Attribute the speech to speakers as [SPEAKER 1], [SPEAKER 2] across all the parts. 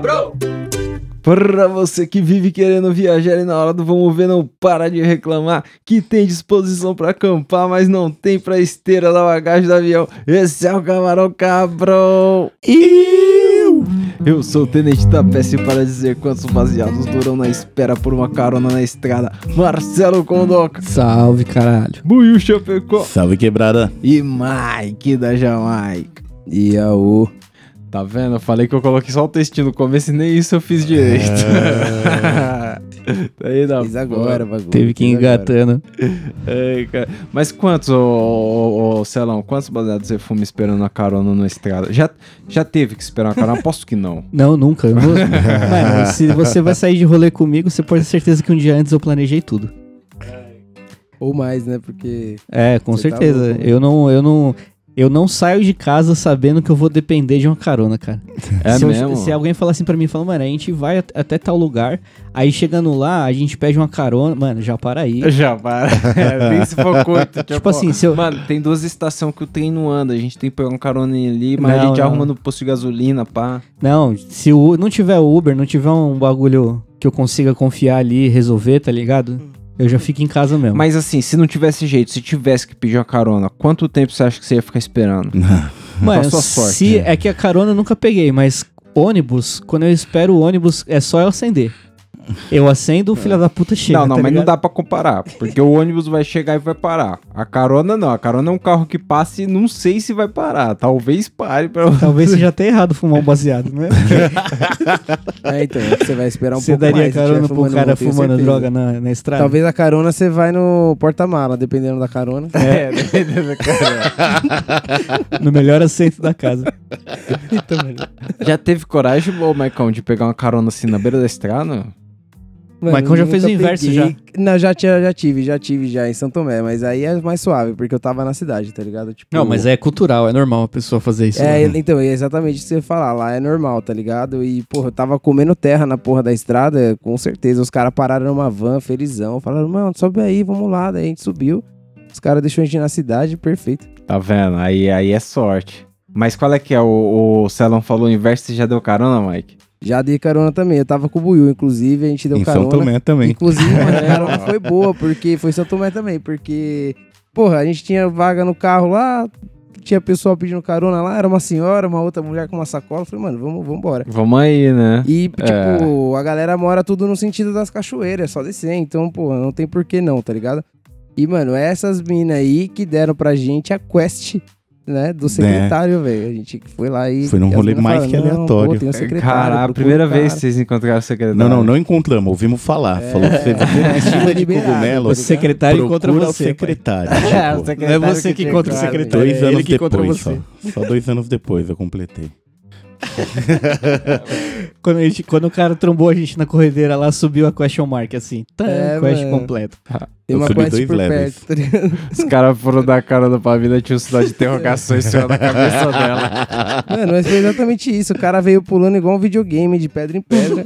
[SPEAKER 1] bro!
[SPEAKER 2] Pra você que vive querendo viajar e na hora do vamos ver não para de reclamar que tem disposição pra acampar, mas não tem pra esteira da bagagem do avião. Esse é o Camarão Cabrão. Eu, eu sou o Tenente da Peste para dizer quantos baseados duram na espera por uma carona na estrada. Marcelo Condoca,
[SPEAKER 3] Salve, caralho.
[SPEAKER 2] Buiu Chapecó
[SPEAKER 4] Salve quebrada.
[SPEAKER 2] e Mike da Jamaica. é
[SPEAKER 3] E aô.
[SPEAKER 2] Tá vendo? Eu falei que eu coloquei só o textinho no começo e nem isso eu fiz direito. Tá aí da
[SPEAKER 3] É. Fiz
[SPEAKER 2] porra.
[SPEAKER 3] agora, bagulho.
[SPEAKER 4] Teve que ir
[SPEAKER 3] Fiz agora.
[SPEAKER 4] engatando.
[SPEAKER 2] Ai, cara. Mas quantos, ô, ô, ô, Celão, quantos baseados você fuma esperando a carona na estrada? Já, já teve que esperar uma carona? Aposto que não.
[SPEAKER 3] Não, nunca. Eu não- Mano, se você vai sair de rolê comigo, você pode ter certeza que um dia antes eu planejei tudo.
[SPEAKER 5] Ou mais, né? Porque.
[SPEAKER 3] É, com
[SPEAKER 5] Você tá
[SPEAKER 3] certeza.
[SPEAKER 5] louco, né?
[SPEAKER 3] eu não, eu não, eu não saio de casa sabendo que eu vou depender de uma carona, cara.
[SPEAKER 2] É
[SPEAKER 3] se, eu-
[SPEAKER 2] mesmo?
[SPEAKER 3] se alguém falar assim pra mim, fala, mano, a gente vai at- até tal lugar, aí chegando lá, a gente pede uma carona, mano, já para aí.
[SPEAKER 2] Já, para. É, nem se for curto.
[SPEAKER 3] Tipo assim, se eu,
[SPEAKER 2] Mano, tem duas estações que o trem não anda. A gente tem que pegar uma carona ali, mas a
[SPEAKER 3] Não,
[SPEAKER 2] gente
[SPEAKER 3] não.
[SPEAKER 2] arruma no posto de gasolina, pá.
[SPEAKER 3] Não, se o, não tiver Uber, não tiver um bagulho que eu consiga confiar ali e resolver, tá ligado? Eu já fico em casa mesmo.
[SPEAKER 2] Mas assim, se não tivesse jeito, se tivesse que pedir uma carona, quanto tempo você acha que você ia ficar esperando?
[SPEAKER 3] Mano,
[SPEAKER 2] com a sua sorte,
[SPEAKER 3] se é que a carona eu nunca peguei, mas ônibus, quando eu espero o ônibus, é só eu acender. Eu acendo, o filho da puta chega.
[SPEAKER 2] não, não,
[SPEAKER 3] tá
[SPEAKER 2] mas não
[SPEAKER 3] ligado?
[SPEAKER 2] dá pra comparar, porque o ônibus vai chegar e vai parar. A carona não, a carona é um carro que passa e não sei se vai parar. Talvez pare pra
[SPEAKER 3] Talvez seja até errado fumar um baseado, né?
[SPEAKER 5] É, então, é que você vai esperar um
[SPEAKER 3] Você
[SPEAKER 5] pouco
[SPEAKER 3] daria
[SPEAKER 5] mais. se
[SPEAKER 3] carona
[SPEAKER 5] tiver
[SPEAKER 3] pro
[SPEAKER 5] fumando
[SPEAKER 3] cara
[SPEAKER 5] muito, tenho
[SPEAKER 3] fumando
[SPEAKER 5] um certeza.
[SPEAKER 3] droga na, na estrada?
[SPEAKER 5] Talvez a carona você vai no porta-mala, dependendo da carona.
[SPEAKER 2] É, né, cara?
[SPEAKER 3] No melhor assento da casa. Então,
[SPEAKER 2] Já teve coragem, ô Maicon, de pegar uma carona assim na beira da estrada?
[SPEAKER 5] Mano,
[SPEAKER 3] Maicon já
[SPEAKER 5] eu
[SPEAKER 3] fez o
[SPEAKER 5] nunca
[SPEAKER 3] inverso,
[SPEAKER 5] peguei- Não, já, tinha, já tive, já tive já em São Tomé, mas aí é mais suave, porque eu tava na cidade, tá ligado? Tipo,
[SPEAKER 3] Não, mas é cultural, é normal a pessoa fazer isso.
[SPEAKER 5] É,
[SPEAKER 3] né?
[SPEAKER 5] então, é exatamente isso que você falar. Lá é normal, tá ligado? E, porra, eu tava comendo terra na porra da estrada, com certeza. Os caras pararam numa van, felizão. Falaram, mano, sobe aí, vamos lá. Daí a gente subiu. Os caras deixaram a gente na cidade, perfeito.
[SPEAKER 2] Tá vendo? Aí, aí é sorte. Mas qual é que é? O, o Celão falou o inverso, você já deu carona, Mike?
[SPEAKER 5] Já dei carona também. Eu tava com o Buiu, inclusive, a gente deu
[SPEAKER 4] em
[SPEAKER 3] Então,
[SPEAKER 4] São
[SPEAKER 5] carona.
[SPEAKER 4] Tomé também.
[SPEAKER 5] Inclusive, mano, a carona foi boa, porque foi São Tomé também, porque, porra, a gente tinha vaga no carro lá, tinha pessoal pedindo carona lá, era uma senhora, uma outra mulher com uma sacola. Eu falei, mano, vamos, vamos embora.
[SPEAKER 2] Vamos aí, né?
[SPEAKER 5] E,
[SPEAKER 4] É.
[SPEAKER 5] tipo, a galera mora tudo no sentido das cachoeiras, é só descer. Então, pô, não tem porquê não, tá ligado? E, mano, essas minas aí que deram pra gente a quest, né? Do secretário, velho. A gente foi lá e.
[SPEAKER 4] Foi num
[SPEAKER 5] e as
[SPEAKER 4] rolê
[SPEAKER 5] minas
[SPEAKER 4] mais que
[SPEAKER 5] "Não,
[SPEAKER 4] aleatório."
[SPEAKER 5] Pô, tem um secretário.
[SPEAKER 2] Caralho,
[SPEAKER 5] procura
[SPEAKER 2] a primeira
[SPEAKER 5] o cara."
[SPEAKER 2] vez que vocês encontraram o secretário.
[SPEAKER 4] Não, não, não encontramos, ouvimos falar. Falou que teve uma estima de
[SPEAKER 5] liberado,
[SPEAKER 4] cogumelo.
[SPEAKER 3] O secretário
[SPEAKER 4] procura
[SPEAKER 3] encontra
[SPEAKER 4] o
[SPEAKER 3] você. pai.
[SPEAKER 4] secretário. tipo,
[SPEAKER 3] Não é você que encontra o secretário.
[SPEAKER 4] dois
[SPEAKER 3] é ele
[SPEAKER 4] anos
[SPEAKER 3] que encontra
[SPEAKER 4] depois
[SPEAKER 3] você.
[SPEAKER 4] só. Só dois anos depois eu completei.
[SPEAKER 3] Quando, a gente- quando o cara trombou a gente na corredeira lá, subiu a question mark, assim. Tá,
[SPEAKER 5] É,
[SPEAKER 3] quest
[SPEAKER 5] mano.
[SPEAKER 3] completo.
[SPEAKER 5] Tem
[SPEAKER 4] Eu
[SPEAKER 5] uma
[SPEAKER 4] subi
[SPEAKER 5] quest
[SPEAKER 4] dois
[SPEAKER 5] por
[SPEAKER 4] levels.
[SPEAKER 5] perto, tá ligado?
[SPEAKER 2] Os caras foram dar carona pra vida, tinha um sinal de interrogação em cima da cabeça dela.
[SPEAKER 5] Mano, mas foi exatamente isso. O cara veio pulando igual um videogame, de pedra em pedra.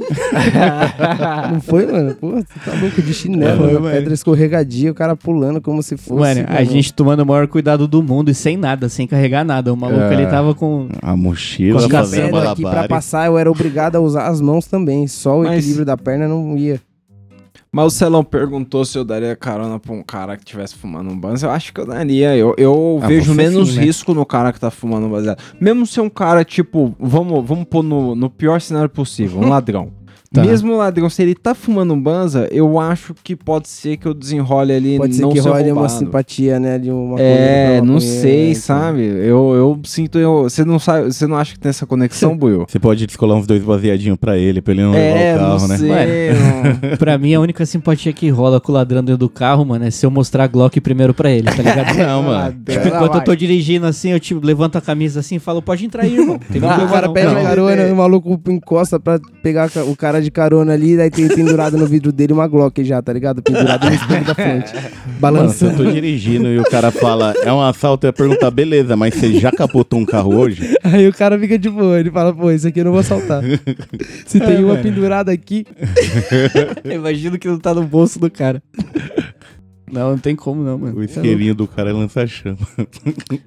[SPEAKER 5] não foi, mano? Pô, você tá louco de chinelo,
[SPEAKER 3] Foi,
[SPEAKER 5] mano.
[SPEAKER 3] mano.
[SPEAKER 5] pedra escorregadia, o cara pulando como se fosse.
[SPEAKER 3] Mano, a gente tomando o maior cuidado do mundo e sem nada, sem carregar nada. O maluco
[SPEAKER 2] É.
[SPEAKER 3] ele tava com.
[SPEAKER 4] A
[SPEAKER 3] Com
[SPEAKER 4] mochila,
[SPEAKER 3] a
[SPEAKER 4] fazendo
[SPEAKER 5] pedra aqui pra
[SPEAKER 4] malabares.
[SPEAKER 5] passar, eu era obrigado a usar as mãos também. Só o
[SPEAKER 2] Mas-
[SPEAKER 5] equilíbrio da perna não ia.
[SPEAKER 2] Mas o Celão perguntou se eu daria carona pra um cara que tivesse fumando um banzo. Eu acho que eu daria. Eu, eu
[SPEAKER 4] Ah,
[SPEAKER 2] vejo
[SPEAKER 4] você
[SPEAKER 2] menos
[SPEAKER 4] sim, né?
[SPEAKER 2] risco no cara que tá fumando um baseado. Mesmo se é um cara, tipo, vamos, vamos pôr no, no pior cenário possível, um ladrão.
[SPEAKER 3] Tá.
[SPEAKER 2] Mesmo o ladrão, se ele tá fumando um banza, eu acho que pode ser que eu desenrole ali
[SPEAKER 5] Pode ser
[SPEAKER 2] não
[SPEAKER 5] que
[SPEAKER 2] ser
[SPEAKER 5] role uma
[SPEAKER 2] roubado.
[SPEAKER 5] simpatia, né? De uma coisa pra
[SPEAKER 2] É,
[SPEAKER 5] uma
[SPEAKER 2] não
[SPEAKER 5] coisa,
[SPEAKER 2] sei,
[SPEAKER 5] né,
[SPEAKER 2] sabe? Eu, eu sinto. eu- você, não sabe, você não acha que tem essa conexão, Buiu?
[SPEAKER 4] Você pode descolar uns dois baseadinhos pra ele, pra ele não
[SPEAKER 2] É,
[SPEAKER 4] levar o carro, né?
[SPEAKER 2] não-
[SPEAKER 3] Pra mim, a única simpatia que rola com o ladrão dentro do carro, mano, é se eu mostrar a Glock primeiro pra ele, tá ligado?
[SPEAKER 4] Não, mano.
[SPEAKER 5] É,
[SPEAKER 3] Tipo, enquanto eu tô dirigindo assim, eu tipo, levanto a camisa assim e falo, pode entrar aí, irmão. Tem
[SPEAKER 5] O Ah, cara pega
[SPEAKER 3] não.
[SPEAKER 5] carona, o maluco encosta pra pegar ca- o cara de carona ali, daí tem pendurado no vidro dele uma Glock já, tá ligado? Pendurado no espelho da frente.
[SPEAKER 4] Mano, se eu
[SPEAKER 5] Balançando.
[SPEAKER 4] tô dirigindo e o cara fala, é um assalto, eu ia perguntar, beleza, mas você já capotou um carro hoje?
[SPEAKER 5] Aí o cara fica de boa, ele fala, pô, isso aqui eu não vou saltar. Se tem uma pendurada aqui,
[SPEAKER 3] Imagino que não tá no bolso do cara. Não, não tem como não, mano. Tá
[SPEAKER 4] O isqueirinho do cara é lançar chama.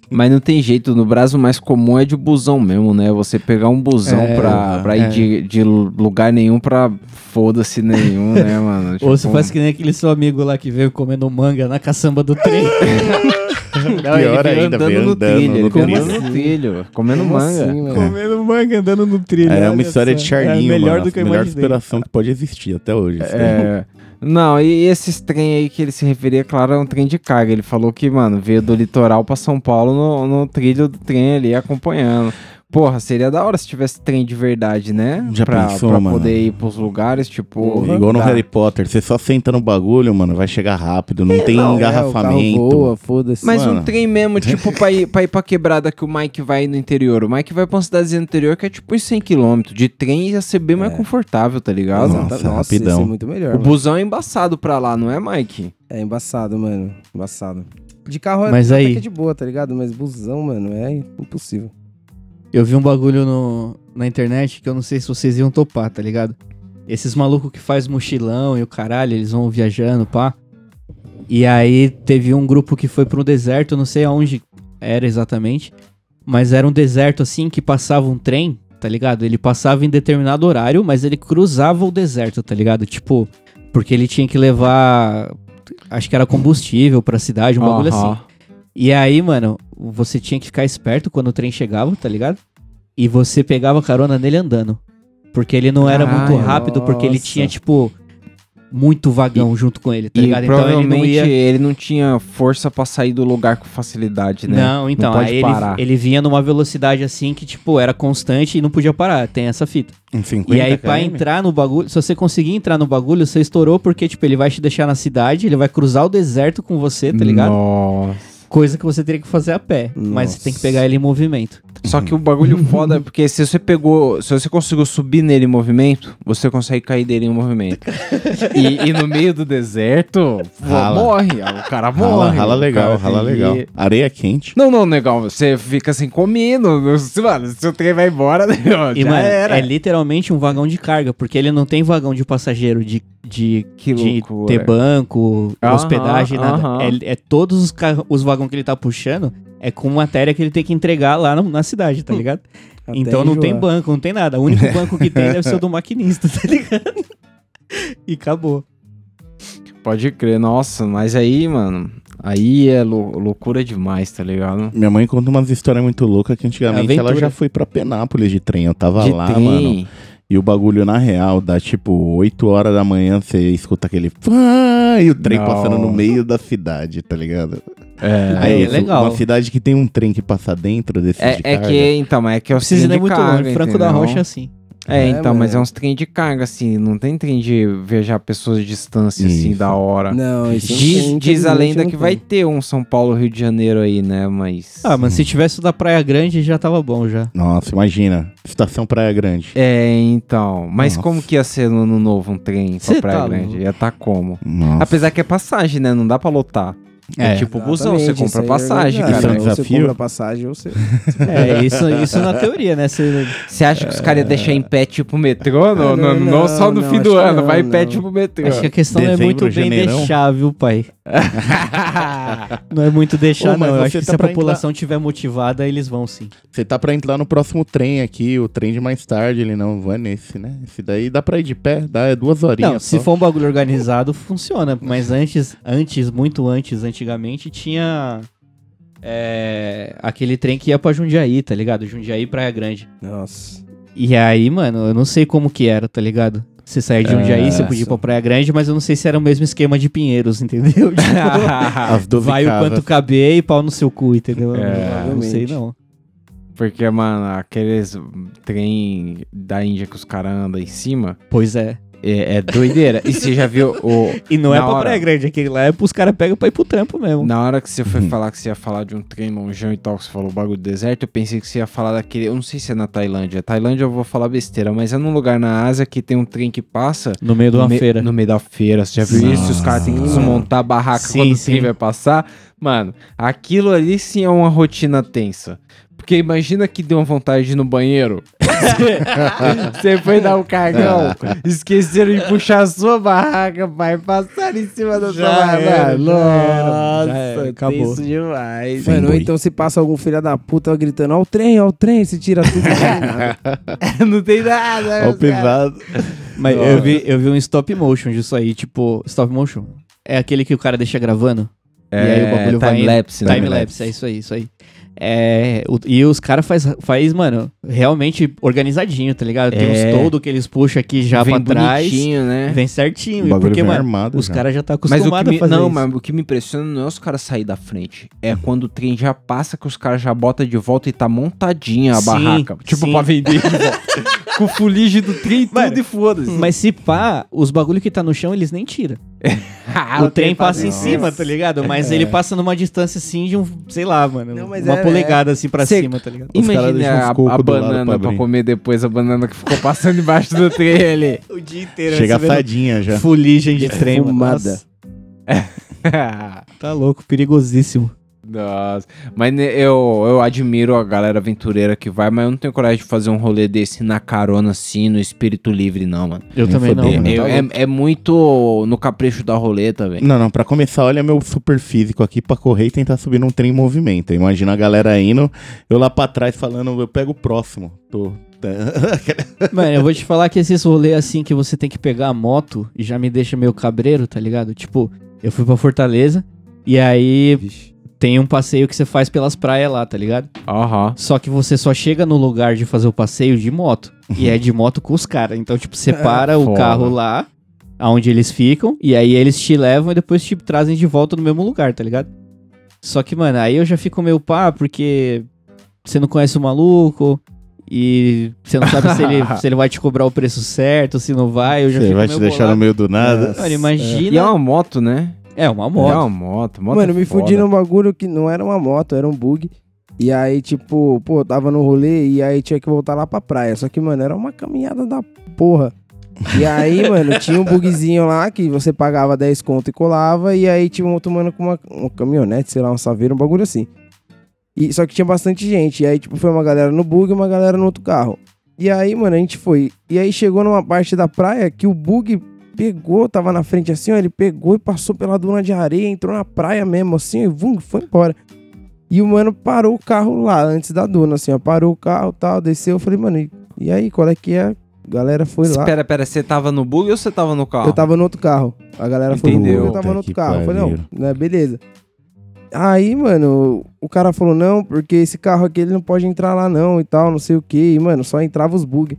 [SPEAKER 2] Mas não tem jeito, no Brasil o mais comum é de busão mesmo, né? Você pegar um busão
[SPEAKER 3] É,
[SPEAKER 2] pra, pra ir
[SPEAKER 3] é.
[SPEAKER 2] de, de lugar nenhum pra foda-se nenhum, né, mano?
[SPEAKER 3] Ou
[SPEAKER 2] Tipo,
[SPEAKER 3] você faz que nem aquele seu amigo lá que veio comendo manga na caçamba do trem.
[SPEAKER 4] É.
[SPEAKER 2] Não, ele
[SPEAKER 4] Pior
[SPEAKER 2] veio
[SPEAKER 4] ainda,
[SPEAKER 2] andando
[SPEAKER 4] veio
[SPEAKER 2] no
[SPEAKER 4] andando
[SPEAKER 2] trilho,
[SPEAKER 4] no
[SPEAKER 2] ele comendo
[SPEAKER 4] trilho.
[SPEAKER 2] no trilho, comendo
[SPEAKER 5] Como
[SPEAKER 2] manga.
[SPEAKER 5] assim, mano?
[SPEAKER 3] comendo manga andando no trilho.
[SPEAKER 4] É uma
[SPEAKER 3] olha
[SPEAKER 4] história
[SPEAKER 3] só.
[SPEAKER 4] de Charlinho,
[SPEAKER 3] É melhor
[SPEAKER 4] mano.
[SPEAKER 3] do que eu
[SPEAKER 4] a melhor
[SPEAKER 3] imaginei.
[SPEAKER 4] superação que pode existir até hoje. assim. esse trem.
[SPEAKER 2] É. Não, e esses trem aí que ele se referia, claro, é um trem de carga. Ele falou que, mano, veio do litoral pra São Paulo no, no trilho do trem ali, acompanhando. Porra, seria da hora se tivesse trem de verdade, né?
[SPEAKER 4] Já
[SPEAKER 2] pra,
[SPEAKER 4] pensou,
[SPEAKER 2] pra
[SPEAKER 4] mano?
[SPEAKER 2] poder ir pros lugares, tipo.
[SPEAKER 4] Igual no
[SPEAKER 2] tá.
[SPEAKER 4] Harry Potter, você só senta no bagulho, mano, vai chegar rápido, não tem
[SPEAKER 5] É, o carro
[SPEAKER 4] engarrafamento.
[SPEAKER 5] voa, foda-se.
[SPEAKER 2] Mas um
[SPEAKER 4] Mano.
[SPEAKER 2] trem mesmo, tipo, pra ir, pra ir pra quebrada que o Mike vai no interior. O Mike vai pra uma cidadezinha interior que é tipo uns 100km. De trem ia ser bem mais
[SPEAKER 4] É.
[SPEAKER 2] confortável, tá ligado?
[SPEAKER 4] Nossa, rapidão.
[SPEAKER 5] isso é muito melhor.
[SPEAKER 2] O
[SPEAKER 5] mano.
[SPEAKER 2] busão é embaçado pra lá, não é, Mike?
[SPEAKER 5] É embaçado, mano. Embaçado. De carro é-
[SPEAKER 3] Mas
[SPEAKER 5] até
[SPEAKER 3] aí-
[SPEAKER 5] que é de boa, tá ligado? Mas busão, mano, é impossível.
[SPEAKER 3] Eu vi um bagulho no, na internet que eu não sei se vocês iam topar, tá ligado? Esses malucos que faz mochilão e o caralho, eles vão viajando, pá. E aí teve um grupo que foi pro deserto, eu não sei aonde era exatamente, mas era um deserto assim que passava um trem, tá ligado? Ele passava em determinado horário, mas ele cruzava o deserto, tá ligado? Tipo, porque ele tinha que levar acho que era combustível pra cidade, um bagulho assim.
[SPEAKER 2] Aham.
[SPEAKER 3] E aí, mano, você tinha que ficar esperto quando o trem chegava, tá ligado? E você pegava carona nele andando. Porque ele não era
[SPEAKER 2] Caralho,
[SPEAKER 3] muito rápido, porque ele
[SPEAKER 5] nossa.
[SPEAKER 3] tinha, tipo, muito vagão junto com ele, tá
[SPEAKER 2] e
[SPEAKER 3] ligado? Então ele não
[SPEAKER 2] provavelmente né? ele
[SPEAKER 3] ia.
[SPEAKER 2] não, tinha força pra sair do lugar com facilidade, né?
[SPEAKER 3] Não, então,
[SPEAKER 2] pode
[SPEAKER 3] aí ele,
[SPEAKER 2] parar.
[SPEAKER 3] ele vinha numa velocidade assim que, tipo, era constante e não podia parar. Tem essa fita.
[SPEAKER 4] Em 50
[SPEAKER 3] E aí, pra
[SPEAKER 4] km.
[SPEAKER 3] entrar no bagulho, se você conseguir entrar no bagulho, você estourou, porque, tipo, ele vai te deixar na cidade, ele vai cruzar o deserto com você, tá ligado?
[SPEAKER 2] Nossa.
[SPEAKER 3] Coisa que você teria que fazer a pé. Mas você tem que pegar ele em movimento.
[SPEAKER 2] Só que o bagulho foda é porque se você pegou. Se você conseguiu subir nele em movimento, você consegue cair dele em movimento. e, e no meio do deserto, pô,
[SPEAKER 4] Rala.
[SPEAKER 2] morre. ah, O cara morre.
[SPEAKER 4] Rala, rala
[SPEAKER 2] o
[SPEAKER 4] legal,
[SPEAKER 2] cara tem
[SPEAKER 4] rala
[SPEAKER 2] que-
[SPEAKER 4] legal. Areia quente.
[SPEAKER 2] Não, não, negão, você fica assim comendo. Mano, se o trem vai embora, negão,
[SPEAKER 3] E,
[SPEAKER 2] já
[SPEAKER 3] mano,
[SPEAKER 2] era.
[SPEAKER 3] é literalmente um vagão de carga, porque ele não tem vagão de passageiro de, de,
[SPEAKER 2] Que
[SPEAKER 3] é de
[SPEAKER 2] loucura.
[SPEAKER 3] ter banco,
[SPEAKER 2] Aham,
[SPEAKER 3] hospedagem, nada.
[SPEAKER 2] aham.
[SPEAKER 3] É, é todos os, carro- os vagões que ele tá puxando é com matéria que ele tem que entregar lá no- na cidade,
[SPEAKER 2] Hum,
[SPEAKER 3] tá ligado?
[SPEAKER 5] Até
[SPEAKER 3] então não tem
[SPEAKER 5] enjoar.
[SPEAKER 3] banco, não tem nada. O único banco que tem deve ser o do maquinista, tá ligado? E acabou.
[SPEAKER 2] Pode crer, nossa, mas aí, mano, aí é lou- loucura demais, tá ligado?
[SPEAKER 4] Minha mãe conta umas histórias muito loucas que antigamente
[SPEAKER 3] Aventura.
[SPEAKER 4] ela já foi pra Penápolis de trem. Eu tava
[SPEAKER 2] De
[SPEAKER 4] lá,
[SPEAKER 2] trem.
[SPEAKER 4] mano. E o bagulho, na real, dá tipo 8 horas da manhã, você escuta aquele. "Fá", E o trem
[SPEAKER 2] Não.
[SPEAKER 4] passando no meio da cidade, tá ligado?
[SPEAKER 2] É.
[SPEAKER 3] é
[SPEAKER 4] isso,
[SPEAKER 3] legal.
[SPEAKER 4] Uma cidade que tem um trem que passa dentro desse de
[SPEAKER 2] É, é
[SPEAKER 4] carga.
[SPEAKER 2] que, então, mas é que é
[SPEAKER 3] Não
[SPEAKER 2] o
[SPEAKER 3] precisa ir nem muito longe. Franco da Rocha é assim.
[SPEAKER 2] É,
[SPEAKER 5] É,
[SPEAKER 2] então, mas é
[SPEAKER 5] mano.
[SPEAKER 2] uns trem de carga, assim, não tem trem de viajar pessoas de distância, assim,
[SPEAKER 4] Isso.
[SPEAKER 2] da hora.
[SPEAKER 5] Não, isso
[SPEAKER 2] Diz,
[SPEAKER 5] não tem,
[SPEAKER 2] diz a
[SPEAKER 5] infelizmente,
[SPEAKER 2] lenda
[SPEAKER 5] não
[SPEAKER 2] que vai
[SPEAKER 5] tem.
[SPEAKER 2] ter um São Paulo Rio de Janeiro aí, né? Mas.
[SPEAKER 3] Ah, mas se tivesse o da Praia Grande já tava bom já.
[SPEAKER 4] Nossa, imagina. Estação Praia Grande.
[SPEAKER 2] É, então. Mas
[SPEAKER 4] Nossa.
[SPEAKER 2] como que ia ser no ano novo um trem pra
[SPEAKER 3] Cê
[SPEAKER 2] Praia
[SPEAKER 3] tá
[SPEAKER 2] Grande?
[SPEAKER 3] louco.
[SPEAKER 2] Ia tá como?
[SPEAKER 4] Nossa.
[SPEAKER 2] Apesar que é passagem, né? Não dá pra lotar. É,
[SPEAKER 3] É.
[SPEAKER 2] tipo busão, você
[SPEAKER 5] Exatamente,
[SPEAKER 2] compra
[SPEAKER 5] isso aí é
[SPEAKER 2] passagem,
[SPEAKER 5] verdade.
[SPEAKER 4] Isso é um
[SPEAKER 2] cara.
[SPEAKER 5] Ou você
[SPEAKER 4] desafio?
[SPEAKER 5] compra passagem ou você...
[SPEAKER 3] É, isso, isso na teoria, né? Você
[SPEAKER 2] Você acha que os caras iam deixar em pé tipo metrô? Não, não,
[SPEAKER 5] Ah, não,
[SPEAKER 2] não,
[SPEAKER 5] não,
[SPEAKER 2] só no
[SPEAKER 5] não,
[SPEAKER 2] fim
[SPEAKER 5] acho
[SPEAKER 2] do
[SPEAKER 5] que
[SPEAKER 2] ano,
[SPEAKER 5] não,
[SPEAKER 2] vai em pé
[SPEAKER 5] não.
[SPEAKER 2] tipo metrô.
[SPEAKER 3] Acho que a questão não é
[SPEAKER 4] Dezembro,
[SPEAKER 3] muito bem
[SPEAKER 4] janeirão.
[SPEAKER 3] deixar, viu, pai? Não é muito deixar,
[SPEAKER 4] Ô,
[SPEAKER 3] não.
[SPEAKER 4] mas
[SPEAKER 3] Eu acho
[SPEAKER 4] você
[SPEAKER 3] que
[SPEAKER 4] tá
[SPEAKER 3] se a
[SPEAKER 4] pra
[SPEAKER 3] população tiver motivada, eles vão sim.
[SPEAKER 4] Você tá pra entrar no próximo trem aqui, o trem de mais tarde, ele não vai nesse, né? Esse daí dá pra ir de pé, dá é duas horinhas.
[SPEAKER 3] Não, se
[SPEAKER 4] só.
[SPEAKER 3] for um bagulho organizado, funciona. Mas antes, antes, muito antes, antigamente, tinha é, aquele trem que ia pra Jundiaí, tá ligado? Jundiaí Praia Grande.
[SPEAKER 5] Nossa.
[SPEAKER 3] E aí, mano, eu não sei como que era, tá ligado? Você saía de Jundiaí,
[SPEAKER 4] É.
[SPEAKER 3] você podia ir pra Praia Grande, mas eu não sei se era o mesmo esquema de Pinheiros, entendeu? Tipo,
[SPEAKER 4] As 12
[SPEAKER 3] vai o
[SPEAKER 4] casas.
[SPEAKER 3] quanto caber e pau no seu cu, entendeu?
[SPEAKER 2] É.
[SPEAKER 3] não sei não.
[SPEAKER 2] Porque, mano, aqueles trem da Índia que os caras andam em cima
[SPEAKER 3] Pois é.
[SPEAKER 2] é, é doideira. e você já viu o.
[SPEAKER 3] E não é
[SPEAKER 2] Na
[SPEAKER 3] pra
[SPEAKER 2] hora.
[SPEAKER 3] Praia Grande, aquele lá é pros caras pegam pra ir pro trampo mesmo.
[SPEAKER 2] Na hora que você foi falar que você ia falar de um trem longeão e tal, que você falou bagulho do deserto, eu pensei que você ia falar daquele. Eu não sei se é na Tailândia. Tailândia eu vou falar besteira, mas é num lugar na Ásia que tem um trem que passa
[SPEAKER 3] No meio de uma
[SPEAKER 2] no me-
[SPEAKER 3] feira.
[SPEAKER 2] No meio da feira, você já viu isso? Os caras têm que desmontar a barraca
[SPEAKER 3] Sim,
[SPEAKER 2] quando o
[SPEAKER 3] sim.
[SPEAKER 2] trem vai passar. Mano, aquilo ali sim é uma rotina tensa. Porque imagina que deu uma vontade de ir no banheiro. Você foi dar um cagão, esqueceram de puxar a sua barraca, pai, passaram em cima da
[SPEAKER 4] Já
[SPEAKER 2] sua barraca.
[SPEAKER 4] era, já
[SPEAKER 2] Nossa,
[SPEAKER 3] era,
[SPEAKER 2] tem
[SPEAKER 3] acabou.
[SPEAKER 2] isso demais.
[SPEAKER 4] Sim.
[SPEAKER 5] Mano, ou
[SPEAKER 4] boi.
[SPEAKER 5] então se passa algum filho da puta gritando, ó o trem, ó o trem, se tira tudo. né?
[SPEAKER 2] Não tem nada.
[SPEAKER 4] Ó,
[SPEAKER 3] É,
[SPEAKER 2] meus
[SPEAKER 4] o pesado.
[SPEAKER 3] Mas eu vi, eu vi um stop motion disso aí, tipo. Stop motion? É aquele que o cara deixa gravando?
[SPEAKER 2] caras.
[SPEAKER 3] e aí o bagulho vai. indo.
[SPEAKER 2] timelapse, né?
[SPEAKER 3] É, Time lapse, é isso aí, isso aí. É, o- e os caras faz, faz, mano, realmente organizadinho, tá ligado? Tem
[SPEAKER 2] É.
[SPEAKER 3] uns todo que eles puxam aqui já
[SPEAKER 2] Vem
[SPEAKER 3] pra trás.
[SPEAKER 2] bonitinho, né?
[SPEAKER 3] Vem certinho.
[SPEAKER 4] O bagulho
[SPEAKER 3] porque,
[SPEAKER 4] vem
[SPEAKER 3] mano,
[SPEAKER 4] armado
[SPEAKER 3] os
[SPEAKER 4] já.
[SPEAKER 3] caras já tá
[SPEAKER 2] Mas o
[SPEAKER 3] acostumados
[SPEAKER 2] que me,
[SPEAKER 3] a fazer
[SPEAKER 2] não,
[SPEAKER 3] isso.
[SPEAKER 2] mas o que me impressiona não é os caras sair da frente. É quando o trem já passa que os caras já botam de volta e tá montadinha a
[SPEAKER 3] Sim,
[SPEAKER 2] barraca. Tipo,
[SPEAKER 3] sim.
[SPEAKER 2] pra vender. de volta. Com o fuligem do trem e
[SPEAKER 3] Mano,
[SPEAKER 2] tudo e foda-se.
[SPEAKER 3] Mas se pá, os bagulho que tá no chão, eles nem tiram.
[SPEAKER 2] Ah,
[SPEAKER 3] o trem
[SPEAKER 2] faz
[SPEAKER 3] passa em
[SPEAKER 2] isso.
[SPEAKER 3] cima, tá ligado? Mas ele passa numa distância assim de um, sei lá, mano,
[SPEAKER 5] Não, mas
[SPEAKER 3] uma
[SPEAKER 5] é-
[SPEAKER 3] polegada assim pra
[SPEAKER 2] Cê-
[SPEAKER 3] cima, tá ligado?
[SPEAKER 4] Os caras
[SPEAKER 2] Imagina
[SPEAKER 4] deixam uns
[SPEAKER 2] a,
[SPEAKER 4] cocos
[SPEAKER 2] a
[SPEAKER 4] do lado pra
[SPEAKER 2] banana pra,
[SPEAKER 4] abrir.
[SPEAKER 2] comer depois, a banana que ficou passando embaixo do trem ali.
[SPEAKER 3] O dia inteiro assim, É
[SPEAKER 4] Chega
[SPEAKER 3] recebendo
[SPEAKER 4] assadinha já.
[SPEAKER 3] fuligem de trem, mano.
[SPEAKER 5] Defumada.
[SPEAKER 3] Nossa, Tá louco, perigosíssimo.
[SPEAKER 2] Nossa. Mas né, eu, eu admiro a galera aventureira que vai, mas eu não tenho coragem de fazer um rolê desse na carona, assim, no espírito livre, não, mano.
[SPEAKER 3] Eu
[SPEAKER 4] Nem
[SPEAKER 3] também não,
[SPEAKER 4] fodendo.
[SPEAKER 3] mano.
[SPEAKER 2] Eu-
[SPEAKER 3] Tá louco.
[SPEAKER 2] é, é muito no capricho da roleta, velho.
[SPEAKER 4] Não, não, pra começar, olha meu super físico aqui pra correr e tentar subir num trem em movimento. Imagina a galera indo, eu lá pra trás falando, eu pego o próximo. Tô. né?
[SPEAKER 3] Mano, eu vou te falar que esses rolês assim que você tem que pegar a moto e já me deixa meio cabreiro, tá ligado? Tipo, eu fui pra Fortaleza e aí tem um passeio que você faz pelas praias lá, tá ligado?
[SPEAKER 2] Aham.
[SPEAKER 3] Só que você só chega no lugar de fazer o passeio de moto. E é de moto com os caras. Então, tipo, você para
[SPEAKER 2] Uhum.
[SPEAKER 3] o
[SPEAKER 2] É, foda.
[SPEAKER 3] carro lá, aonde eles ficam, e aí eles te levam e depois te trazem de volta no mesmo lugar, tá ligado? Só que, mano, aí eu já fico meio pá, porque você não conhece o maluco. E você não sabe se, ele, se ele vai te cobrar o preço certo, se não vai, eu já
[SPEAKER 4] Você
[SPEAKER 3] fico
[SPEAKER 4] vai te
[SPEAKER 3] meio
[SPEAKER 4] deixar no
[SPEAKER 3] bolado.
[SPEAKER 4] meio do nada.
[SPEAKER 3] Mano,
[SPEAKER 2] E é
[SPEAKER 3] imagina.
[SPEAKER 2] uma moto, né?
[SPEAKER 3] É uma
[SPEAKER 2] É
[SPEAKER 3] moto.
[SPEAKER 2] uma moto. moto
[SPEAKER 5] Mano,
[SPEAKER 2] é
[SPEAKER 5] me
[SPEAKER 2] foda.
[SPEAKER 5] fudi num bagulho que não era uma moto, era um bug. E aí, tipo, pô, eu tava no rolê e aí tinha que voltar lá pra praia. Só que, mano, era uma caminhada da porra. E aí, mano, tinha um bugzinho lá que você pagava 10 conto e colava. E aí tinha um outro mano com uma, uma caminhonete, sei lá, um saveiro, um bagulho assim. E, só que tinha bastante gente. E aí, tipo, foi uma galera no bug e uma galera no outro carro. E aí, mano, a gente foi. E aí chegou numa parte da praia que o bug pegou, tava na frente assim, ó. Ele pegou e passou pela duna de areia, entrou na praia mesmo, assim, e vum, foi embora. E o mano parou o carro lá, antes da duna, assim, ó. Parou o carro tal, desceu. Eu falei, mano, e- e aí, qual é que é? A galera foi lá.
[SPEAKER 2] Espera, pera, você tava no bug ou você tava no carro?
[SPEAKER 5] Eu tava no outro carro. A galera foi
[SPEAKER 2] Entendeu.
[SPEAKER 5] Eu tava
[SPEAKER 4] Puta
[SPEAKER 5] no outro
[SPEAKER 4] que
[SPEAKER 5] carro. Eu Falei,
[SPEAKER 4] pariu.
[SPEAKER 5] não, né, beleza. Aí, mano, o cara falou, não, porque esse carro aqui ele não pode entrar lá não e tal, não sei o que. E, mano, só entrava os bug.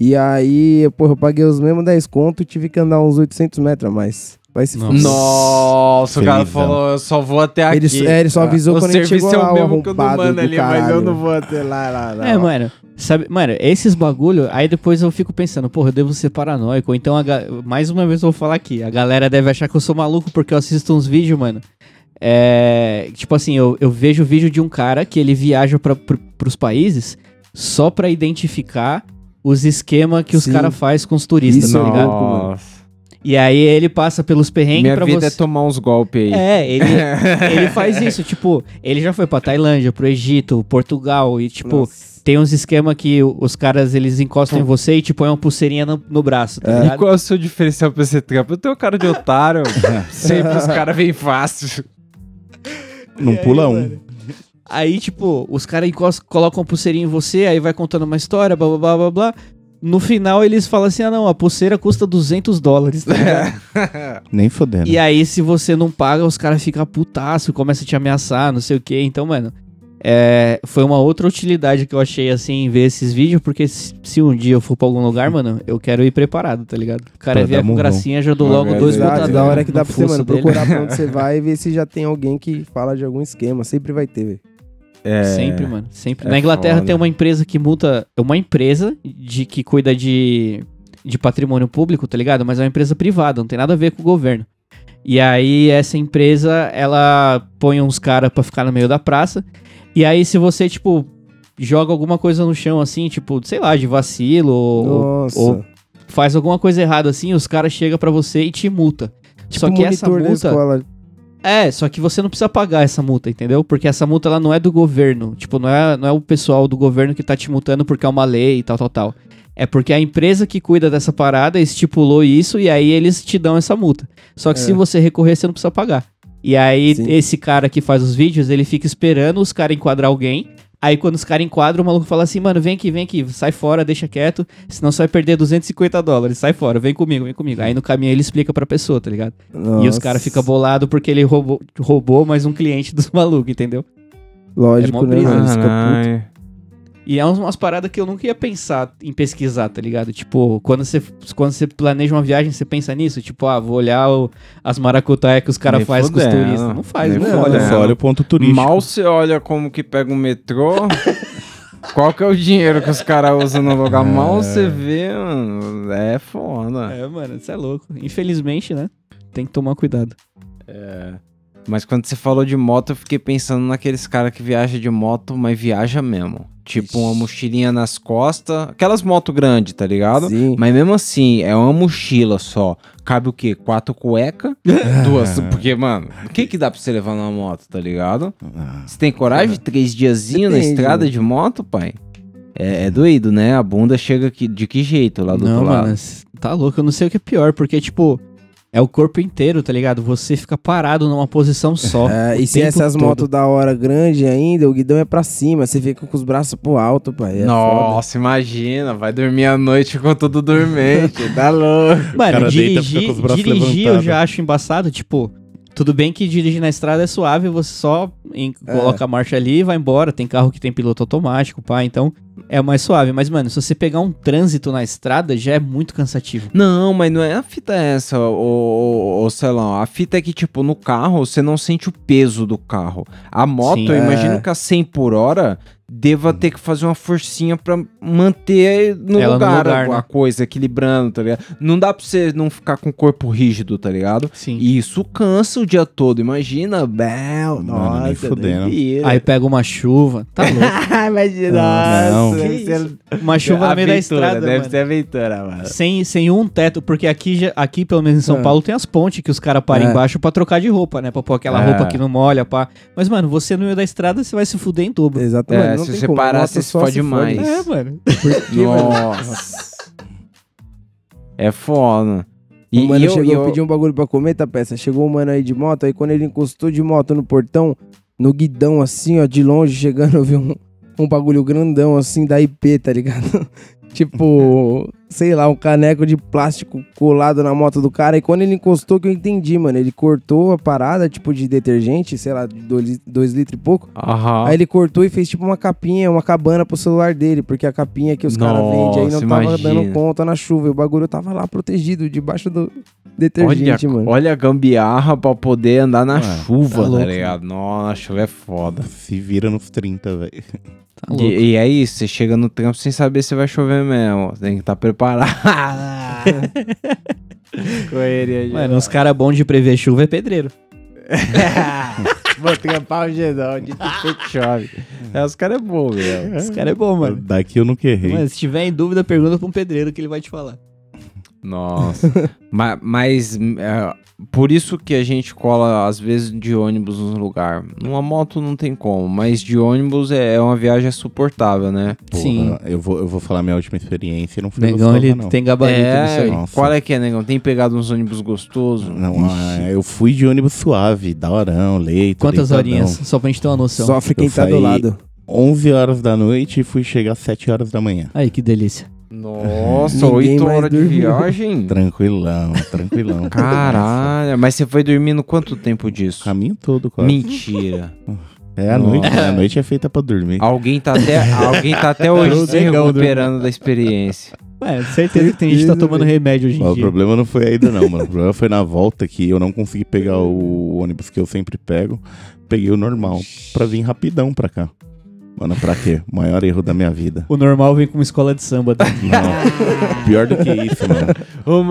[SPEAKER 5] E aí, porra, eu paguei os mesmos 10 conto e tive que andar uns 800 metros a mais. Vai se
[SPEAKER 3] Nossa.
[SPEAKER 5] fuder.
[SPEAKER 2] Nossa, o cara
[SPEAKER 4] Felizão.
[SPEAKER 2] falou, eu só vou até aqui.
[SPEAKER 5] Ele, é, ele só avisou
[SPEAKER 2] o
[SPEAKER 5] quando ele chegou
[SPEAKER 2] serviço é
[SPEAKER 5] lá,
[SPEAKER 2] o mesmo que o do
[SPEAKER 5] arrombado
[SPEAKER 2] mano
[SPEAKER 5] do né?
[SPEAKER 2] ali, mas eu
[SPEAKER 5] caralho.
[SPEAKER 2] não vou até lá, lá, lá.
[SPEAKER 3] É, mano. Sabe, mano, esses bagulho, aí depois eu fico pensando, porra, eu devo ser paranoico. ou Então, a ga- mais uma vez eu vou falar aqui, a galera deve achar que eu sou maluco porque eu assisto uns vídeos, mano. É. Tipo assim, eu, eu vejo vídeo de um cara que ele viaja pra, pro- pros países só pra identificar os esquemas que os
[SPEAKER 5] Sim.
[SPEAKER 3] caras faz com os turistas,
[SPEAKER 5] Isso
[SPEAKER 3] tá
[SPEAKER 5] é
[SPEAKER 3] ligado?
[SPEAKER 5] louco, mano.
[SPEAKER 2] Nossa.
[SPEAKER 3] E aí ele passa pelos perrengues
[SPEAKER 2] Minha
[SPEAKER 3] pra
[SPEAKER 2] vida
[SPEAKER 3] você.
[SPEAKER 2] é tomar uns golpes aí.
[SPEAKER 3] É, ele, ele faz isso, tipo, ele já foi pra Tailândia, pro Egito, Portugal, e tipo,
[SPEAKER 5] Nossa.
[SPEAKER 3] tem uns esquema que o- os caras, eles encostam em você e, tipo, é uma pulseirinha no, no braço, tá
[SPEAKER 2] E
[SPEAKER 3] ligado?
[SPEAKER 2] qual é o seu diferencial pra esse trampo? Eu tenho cara de otário. Sempre os caras vêm fácil.
[SPEAKER 4] Não pula um.
[SPEAKER 3] Aí, tipo, os caras encostam, colocam a pulseirinha em você, aí vai contando uma história, blá, blá, blá, blá, blá. No final, eles falam assim, ah, não, a pulseira custa 200 dólares, tá ligado?
[SPEAKER 4] Nem fodendo.
[SPEAKER 3] e aí, se você não paga, os caras ficam putaço, começam a te ameaçar, não sei o quê. Então, mano, é, foi uma outra utilidade que eu achei, assim, ver esses vídeos, porque se, se um dia eu for pra algum lugar, mano, eu quero ir preparado, tá ligado? O cara
[SPEAKER 4] Pra
[SPEAKER 3] vier
[SPEAKER 4] dar
[SPEAKER 3] com
[SPEAKER 4] murrão.
[SPEAKER 3] gracinha, já dou logo
[SPEAKER 2] Verdade,
[SPEAKER 3] dois
[SPEAKER 5] Exato,
[SPEAKER 3] botadão
[SPEAKER 5] da hora que
[SPEAKER 3] no
[SPEAKER 5] dá pra você,
[SPEAKER 3] fosso
[SPEAKER 5] mano,
[SPEAKER 3] dele.
[SPEAKER 5] procurar pra onde você vai e ver se já tem alguém que fala de algum esquema. Sempre vai ter, velho.
[SPEAKER 2] É.
[SPEAKER 3] Sempre, mano. Sempre.
[SPEAKER 2] É
[SPEAKER 3] Na Inglaterra
[SPEAKER 2] foda.
[SPEAKER 3] tem uma empresa que multa. É uma empresa de que cuida de, de patrimônio público, tá ligado? Mas é uma empresa privada, não tem nada a ver com o governo. E aí, essa empresa, ela põe uns caras pra ficar no meio da praça. E aí, se você, tipo, joga alguma coisa no chão, assim, tipo, sei lá, de vacilo, ou,
[SPEAKER 5] Nossa.
[SPEAKER 3] ou faz alguma coisa errada, assim, os caras chegam pra você e te multa. Só
[SPEAKER 5] Tipo
[SPEAKER 3] que essa
[SPEAKER 5] monitor da
[SPEAKER 3] multa.
[SPEAKER 5] escola.
[SPEAKER 3] É, só que você não precisa pagar essa multa, entendeu? Porque essa multa ela não é do governo. Tipo, não é, não é o pessoal do governo que tá te multando porque é uma lei e tal, tal, tal. É porque a empresa que cuida dessa parada estipulou isso e aí eles te dão essa multa. Só que
[SPEAKER 5] É.
[SPEAKER 3] se você recorrer, você não precisa pagar. E aí,
[SPEAKER 5] Sim.
[SPEAKER 3] esse cara que faz os vídeos, ele fica esperando os caras enquadrar alguém. Aí, quando os caras enquadram, o maluco fala assim: mano, vem aqui, vem aqui, sai fora, deixa quieto, senão você vai perder 250 dólares, sai fora, vem comigo, vem comigo. Aí no caminho ele explica pra pessoa, tá ligado? E os caras ficam bolados porque ele roubou, roubou mais um cliente dos malucos, entendeu? é
[SPEAKER 5] Lógico,
[SPEAKER 3] mó
[SPEAKER 5] né,
[SPEAKER 3] brisa,
[SPEAKER 5] mano? Eles ficam putos.
[SPEAKER 6] Caralho.
[SPEAKER 3] E é umas- umas paradas que eu nunca ia pensar em pesquisar, tá ligado? Tipo, quando você, quando você planeja uma viagem, você pensa nisso? Tipo, ah, vou olhar o- as maracutaias que os caras
[SPEAKER 6] Nem
[SPEAKER 3] fazem com os
[SPEAKER 6] fudendo.
[SPEAKER 3] turistas. Não faz,
[SPEAKER 4] Nem
[SPEAKER 3] não,
[SPEAKER 4] fudendo.
[SPEAKER 3] olha.
[SPEAKER 6] né?
[SPEAKER 4] Só olha o ponto turístico.
[SPEAKER 6] Mal você olha como que pega um metrô. Qual que é o dinheiro que os caras usam no lugar? Mal você vê, mano. É foda.
[SPEAKER 3] É, mano, isso é louco. Infelizmente, né? Tem que tomar cuidado.
[SPEAKER 6] Mas quando você falou de moto, eu fiquei pensando naqueles caras que viaja de moto, mas viaja mesmo. Tipo, uma mochilinha nas costas. Aquelas motos grandes, tá ligado?
[SPEAKER 5] Sim.
[SPEAKER 6] Mas mesmo assim, é uma mochila só. Cabe o quê? Quatro cueca? Duas. Porque, mano, o que que dá pra você levar numa moto, tá ligado?
[SPEAKER 4] Ah,
[SPEAKER 6] Você tem coragem de três diazinhos na
[SPEAKER 5] Depende,
[SPEAKER 6] estrada
[SPEAKER 5] né?
[SPEAKER 6] de moto, pai? É, é doído, né? A bunda chega aqui, de que jeito lá do
[SPEAKER 3] não,
[SPEAKER 6] outro lado?
[SPEAKER 3] mano, c- tá louco. Eu não sei o que é pior, porque, tipo, é o corpo inteiro, tá ligado? Você fica parado numa posição só.
[SPEAKER 5] É,
[SPEAKER 3] o
[SPEAKER 5] e se
[SPEAKER 3] tempo
[SPEAKER 5] essas
[SPEAKER 3] todo.
[SPEAKER 5] motos da hora grande ainda, o guidão é pra cima, você fica com os braços pro alto, pai. É foda.
[SPEAKER 6] Nossa, imagina, vai dormir à noite com tudo dormente, tá louco.
[SPEAKER 3] Mano,
[SPEAKER 4] cara deita, fica
[SPEAKER 3] dirigir,
[SPEAKER 4] com os braços
[SPEAKER 3] dirigir eu
[SPEAKER 4] levantados.
[SPEAKER 3] já acho embaçado, tipo, tudo bem que dirigir na estrada é suave, você só em-
[SPEAKER 5] É.
[SPEAKER 3] coloca a marcha ali e vai embora. Tem carro que tem piloto automático, pá, então é mais suave. Mas, mano, se você pegar um trânsito na estrada, já é muito cansativo.
[SPEAKER 6] Não, mas não é a fita essa, ô, ô, ô Celão. A fita é que, tipo, no carro você não sente o peso do carro. A moto,
[SPEAKER 3] Sim.
[SPEAKER 6] eu
[SPEAKER 5] É.
[SPEAKER 6] imagino que a 100 por hora deva ter que fazer uma forcinha pra manter no
[SPEAKER 3] Ela no
[SPEAKER 6] lugar,
[SPEAKER 3] lugar,
[SPEAKER 6] a,
[SPEAKER 3] né?
[SPEAKER 6] a coisa, equilibrando, tá ligado? Não dá pra você não ficar com o corpo rígido, tá ligado?
[SPEAKER 3] Sim.
[SPEAKER 6] E isso cansa o dia todo, imagina,
[SPEAKER 4] Mano,
[SPEAKER 6] Bel,
[SPEAKER 4] nem
[SPEAKER 6] nossa, é
[SPEAKER 4] fudendo.
[SPEAKER 6] doideira. Ah,
[SPEAKER 3] Aí pega uma chuva, tá louco.
[SPEAKER 6] imagina,
[SPEAKER 4] Ah, não.
[SPEAKER 6] nossa,
[SPEAKER 3] Que
[SPEAKER 6] deve ser-
[SPEAKER 3] isso? Uma chuva no meio da
[SPEAKER 6] Aventura,
[SPEAKER 3] estrada,
[SPEAKER 6] deve
[SPEAKER 3] mano.
[SPEAKER 6] ser aventura, mano.
[SPEAKER 3] Sem, sem um teto, porque aqui, já- aqui, pelo menos em São
[SPEAKER 5] É.
[SPEAKER 3] Paulo, tem as pontes que os caras param
[SPEAKER 5] É.
[SPEAKER 3] embaixo pra trocar de roupa, né? Pra pôr aquela
[SPEAKER 6] É.
[SPEAKER 3] roupa que não molha, pá. Mas, mano, você no meio da estrada, você vai se fuder em dobro.
[SPEAKER 5] Exatamente.
[SPEAKER 6] É,
[SPEAKER 5] não
[SPEAKER 6] se
[SPEAKER 5] tem
[SPEAKER 6] você
[SPEAKER 5] como,
[SPEAKER 6] parar,
[SPEAKER 5] moto
[SPEAKER 6] você se
[SPEAKER 5] só
[SPEAKER 6] fode mais.
[SPEAKER 3] É, mano.
[SPEAKER 5] Porque, mano,
[SPEAKER 6] Nossa. É foda.
[SPEAKER 5] o mano
[SPEAKER 6] eu-
[SPEAKER 5] chegou,
[SPEAKER 6] eu-
[SPEAKER 5] pediu um bagulho pra comer, tá, peça? Chegou um mano aí de moto, aí quando ele encostou de moto no portão, no guidão, assim, ó, de longe, chegando, eu vi um, um bagulho grandão, assim, da IP, tá ligado? tipo, sei lá, um caneco de plástico colado na moto do cara. E quando ele encostou, que eu entendi, mano, ele cortou a parada, tipo, de detergente, sei lá, de dois, dois litros e pouco.
[SPEAKER 6] Aham.
[SPEAKER 5] Aí ele cortou e fez tipo uma capinha, uma cabana pro celular dele, porque a capinha que os caras vendem aí não
[SPEAKER 6] Nossa,
[SPEAKER 5] tava
[SPEAKER 6] imagina.
[SPEAKER 5] dando conta na chuva. E o bagulho tava lá protegido, debaixo do
[SPEAKER 6] Olha,
[SPEAKER 5] detergente, mano.
[SPEAKER 6] olha a gambiarra pra poder andar na
[SPEAKER 4] Mano,
[SPEAKER 6] chuva,
[SPEAKER 3] tá
[SPEAKER 6] tá,
[SPEAKER 3] louco,
[SPEAKER 6] ligado? Nossa, a chuva é foda.
[SPEAKER 4] se vira nos 30, velho.
[SPEAKER 3] Tá louco.
[SPEAKER 6] E, e é isso, você chega no trampo sem saber se vai chover mesmo. Tem que tá estar preparado. Correria,
[SPEAKER 3] Mano, os caras bons de prever chuva é pedreiro.
[SPEAKER 6] Vou trampar o gedão de que chove. É, os caras é bom, velho.
[SPEAKER 3] Esse cara é bom, mano.
[SPEAKER 4] Daqui eu nunca errei.
[SPEAKER 3] Mano, se tiver em dúvida, pergunta pra um pedreiro que ele vai te falar.
[SPEAKER 6] Nossa. Ma- mas é, por isso que a gente cola, às vezes, de ônibus num lugar. Numa moto não tem como, mas de ônibus é, é uma viagem suportável, né?
[SPEAKER 4] Porra,
[SPEAKER 3] Sim.
[SPEAKER 4] Eu vou, eu vou falar minha última experiência e não
[SPEAKER 3] O
[SPEAKER 4] foi
[SPEAKER 3] Negão,
[SPEAKER 4] gostosa,
[SPEAKER 3] ele
[SPEAKER 4] não.
[SPEAKER 3] tem gabarito nisso
[SPEAKER 6] é,
[SPEAKER 3] aí.
[SPEAKER 4] Nossa.
[SPEAKER 6] qual é que é, negão? Tem pegado uns ônibus gostosos?
[SPEAKER 4] Não, ah, eu fui de ônibus suave, daorão, leito.
[SPEAKER 3] Quantas
[SPEAKER 4] deitadão.
[SPEAKER 3] horinhas? Só pra gente ter uma noção.
[SPEAKER 5] Sofre quem
[SPEAKER 4] eu
[SPEAKER 5] tá do
[SPEAKER 4] saí-
[SPEAKER 5] lado.
[SPEAKER 4] 11 horas da noite e fui chegar às 7 horas da manhã.
[SPEAKER 3] Aí, que delícia.
[SPEAKER 6] Nossa,
[SPEAKER 5] Ninguém
[SPEAKER 6] oito
[SPEAKER 5] mais
[SPEAKER 6] horas de
[SPEAKER 5] dormiu.
[SPEAKER 6] viagem?
[SPEAKER 4] Tranquilão, tranquilão.
[SPEAKER 6] Caralho, mas você foi dormindo quanto tempo
[SPEAKER 4] O
[SPEAKER 6] disso?
[SPEAKER 4] caminho todo, quase.
[SPEAKER 6] Mentira.
[SPEAKER 4] É a
[SPEAKER 6] Nossa.
[SPEAKER 4] noite, né? a noite é feita pra dormir.
[SPEAKER 6] Alguém tá até, alguém tá até hoje se
[SPEAKER 3] Negão dormiu.
[SPEAKER 6] recuperando da experiência.
[SPEAKER 3] Ué, certeza que tem gente que tá tomando remédio hoje
[SPEAKER 4] Mas
[SPEAKER 3] em
[SPEAKER 4] o
[SPEAKER 3] dia.
[SPEAKER 4] problema não foi ainda não, mano. O problema foi na volta que eu não consegui pegar o ônibus que eu sempre pego. Peguei o normal pra vir rapidão pra cá. Mano, pra quê? O maior erro da minha vida.
[SPEAKER 3] O normal vem com uma escola de samba. tá?
[SPEAKER 4] Não. Pior do que isso, mano.
[SPEAKER 6] O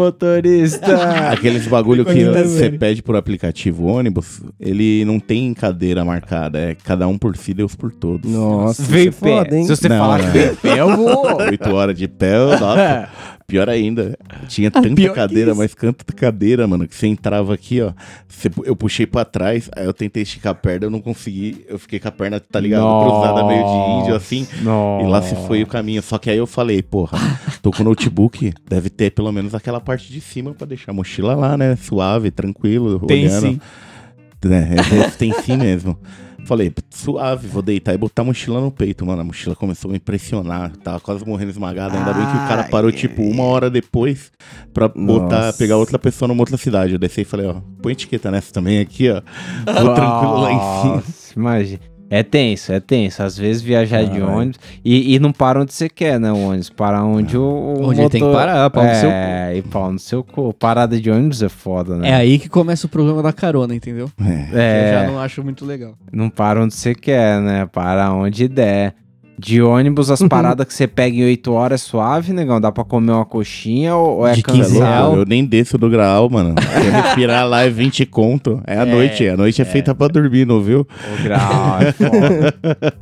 [SPEAKER 6] motorista!
[SPEAKER 4] Aqueles bagulho que
[SPEAKER 3] Coisa
[SPEAKER 4] você
[SPEAKER 3] séria.
[SPEAKER 4] pede por aplicativo ônibus, ele não tem cadeira marcada. É cada um por si, Deus por todos.
[SPEAKER 5] Nossa,
[SPEAKER 6] Veio
[SPEAKER 5] isso é
[SPEAKER 6] pé.
[SPEAKER 5] foda, hein?
[SPEAKER 6] Se você
[SPEAKER 4] Não, né? é. Tá
[SPEAKER 6] falar
[SPEAKER 4] não.
[SPEAKER 6] que veio pé, eu vou.
[SPEAKER 4] Oito horas de pé, eu- nossa. Pior ainda, tinha tanta
[SPEAKER 3] É. pior que
[SPEAKER 4] cadeira,
[SPEAKER 3] isso.
[SPEAKER 4] mas tanta cadeira, mano, que você entrava aqui, ó. você pu- eu puxei pra trás, aí eu tentei esticar a perna, eu não consegui. Eu fiquei com a perna, tá ligado? Cruzada meio de índio, assim.
[SPEAKER 6] Nossa.
[SPEAKER 4] E lá se foi o caminho. Só que aí eu falei, porra, tô com o notebook, deve ter pelo menos aquela parte de cima pra deixar a mochila lá, né? Suave, tranquilo,
[SPEAKER 3] Tem
[SPEAKER 4] olhando.
[SPEAKER 3] sim.
[SPEAKER 4] Né? Às vezes tem sim mesmo. Falei, "Pô, suave, vou deitar e botar a mochila no peito, mano. A mochila começou a me impressionar. Tava quase morrendo esmagada. Ainda bem que o cara
[SPEAKER 5] Ai.
[SPEAKER 4] parou, tipo, uma hora depois pra botar,
[SPEAKER 5] Nossa.
[SPEAKER 4] pegar outra pessoa numa outra cidade. Eu desci e falei, ó, põe etiqueta nessa também aqui, ó. Tô tranquilo lá em cima.
[SPEAKER 6] Nossa, Imagina. É tenso, é tenso. Às vezes viajar de
[SPEAKER 4] Caralho.
[SPEAKER 6] ônibus e, e não para onde você quer, né? O ônibus para onde o, o
[SPEAKER 3] Onde ele tem que
[SPEAKER 6] motor-
[SPEAKER 3] parar, pau no seu
[SPEAKER 6] É, e pau no seu cu. Parada de ônibus é foda,
[SPEAKER 3] É
[SPEAKER 6] né?
[SPEAKER 3] aí que começa o problema da carona, entendeu?
[SPEAKER 4] É.
[SPEAKER 3] Eu já
[SPEAKER 6] É,
[SPEAKER 3] não acho muito legal.
[SPEAKER 6] não para onde você quer, né? Para onde der. De ônibus,
[SPEAKER 3] Uhum.
[SPEAKER 6] as paradas que você pega em 8 horas é suave, negão. Dá pra comer uma coxinha ou, ou é
[SPEAKER 3] De
[SPEAKER 4] Cê é louco?
[SPEAKER 6] cansado?
[SPEAKER 3] real.
[SPEAKER 4] Eu nem desço do graal, mano. Se eu respirar lá é 20 conto. É a noite. A noite é, feita pra dormir, não viu?
[SPEAKER 6] O grau é foda.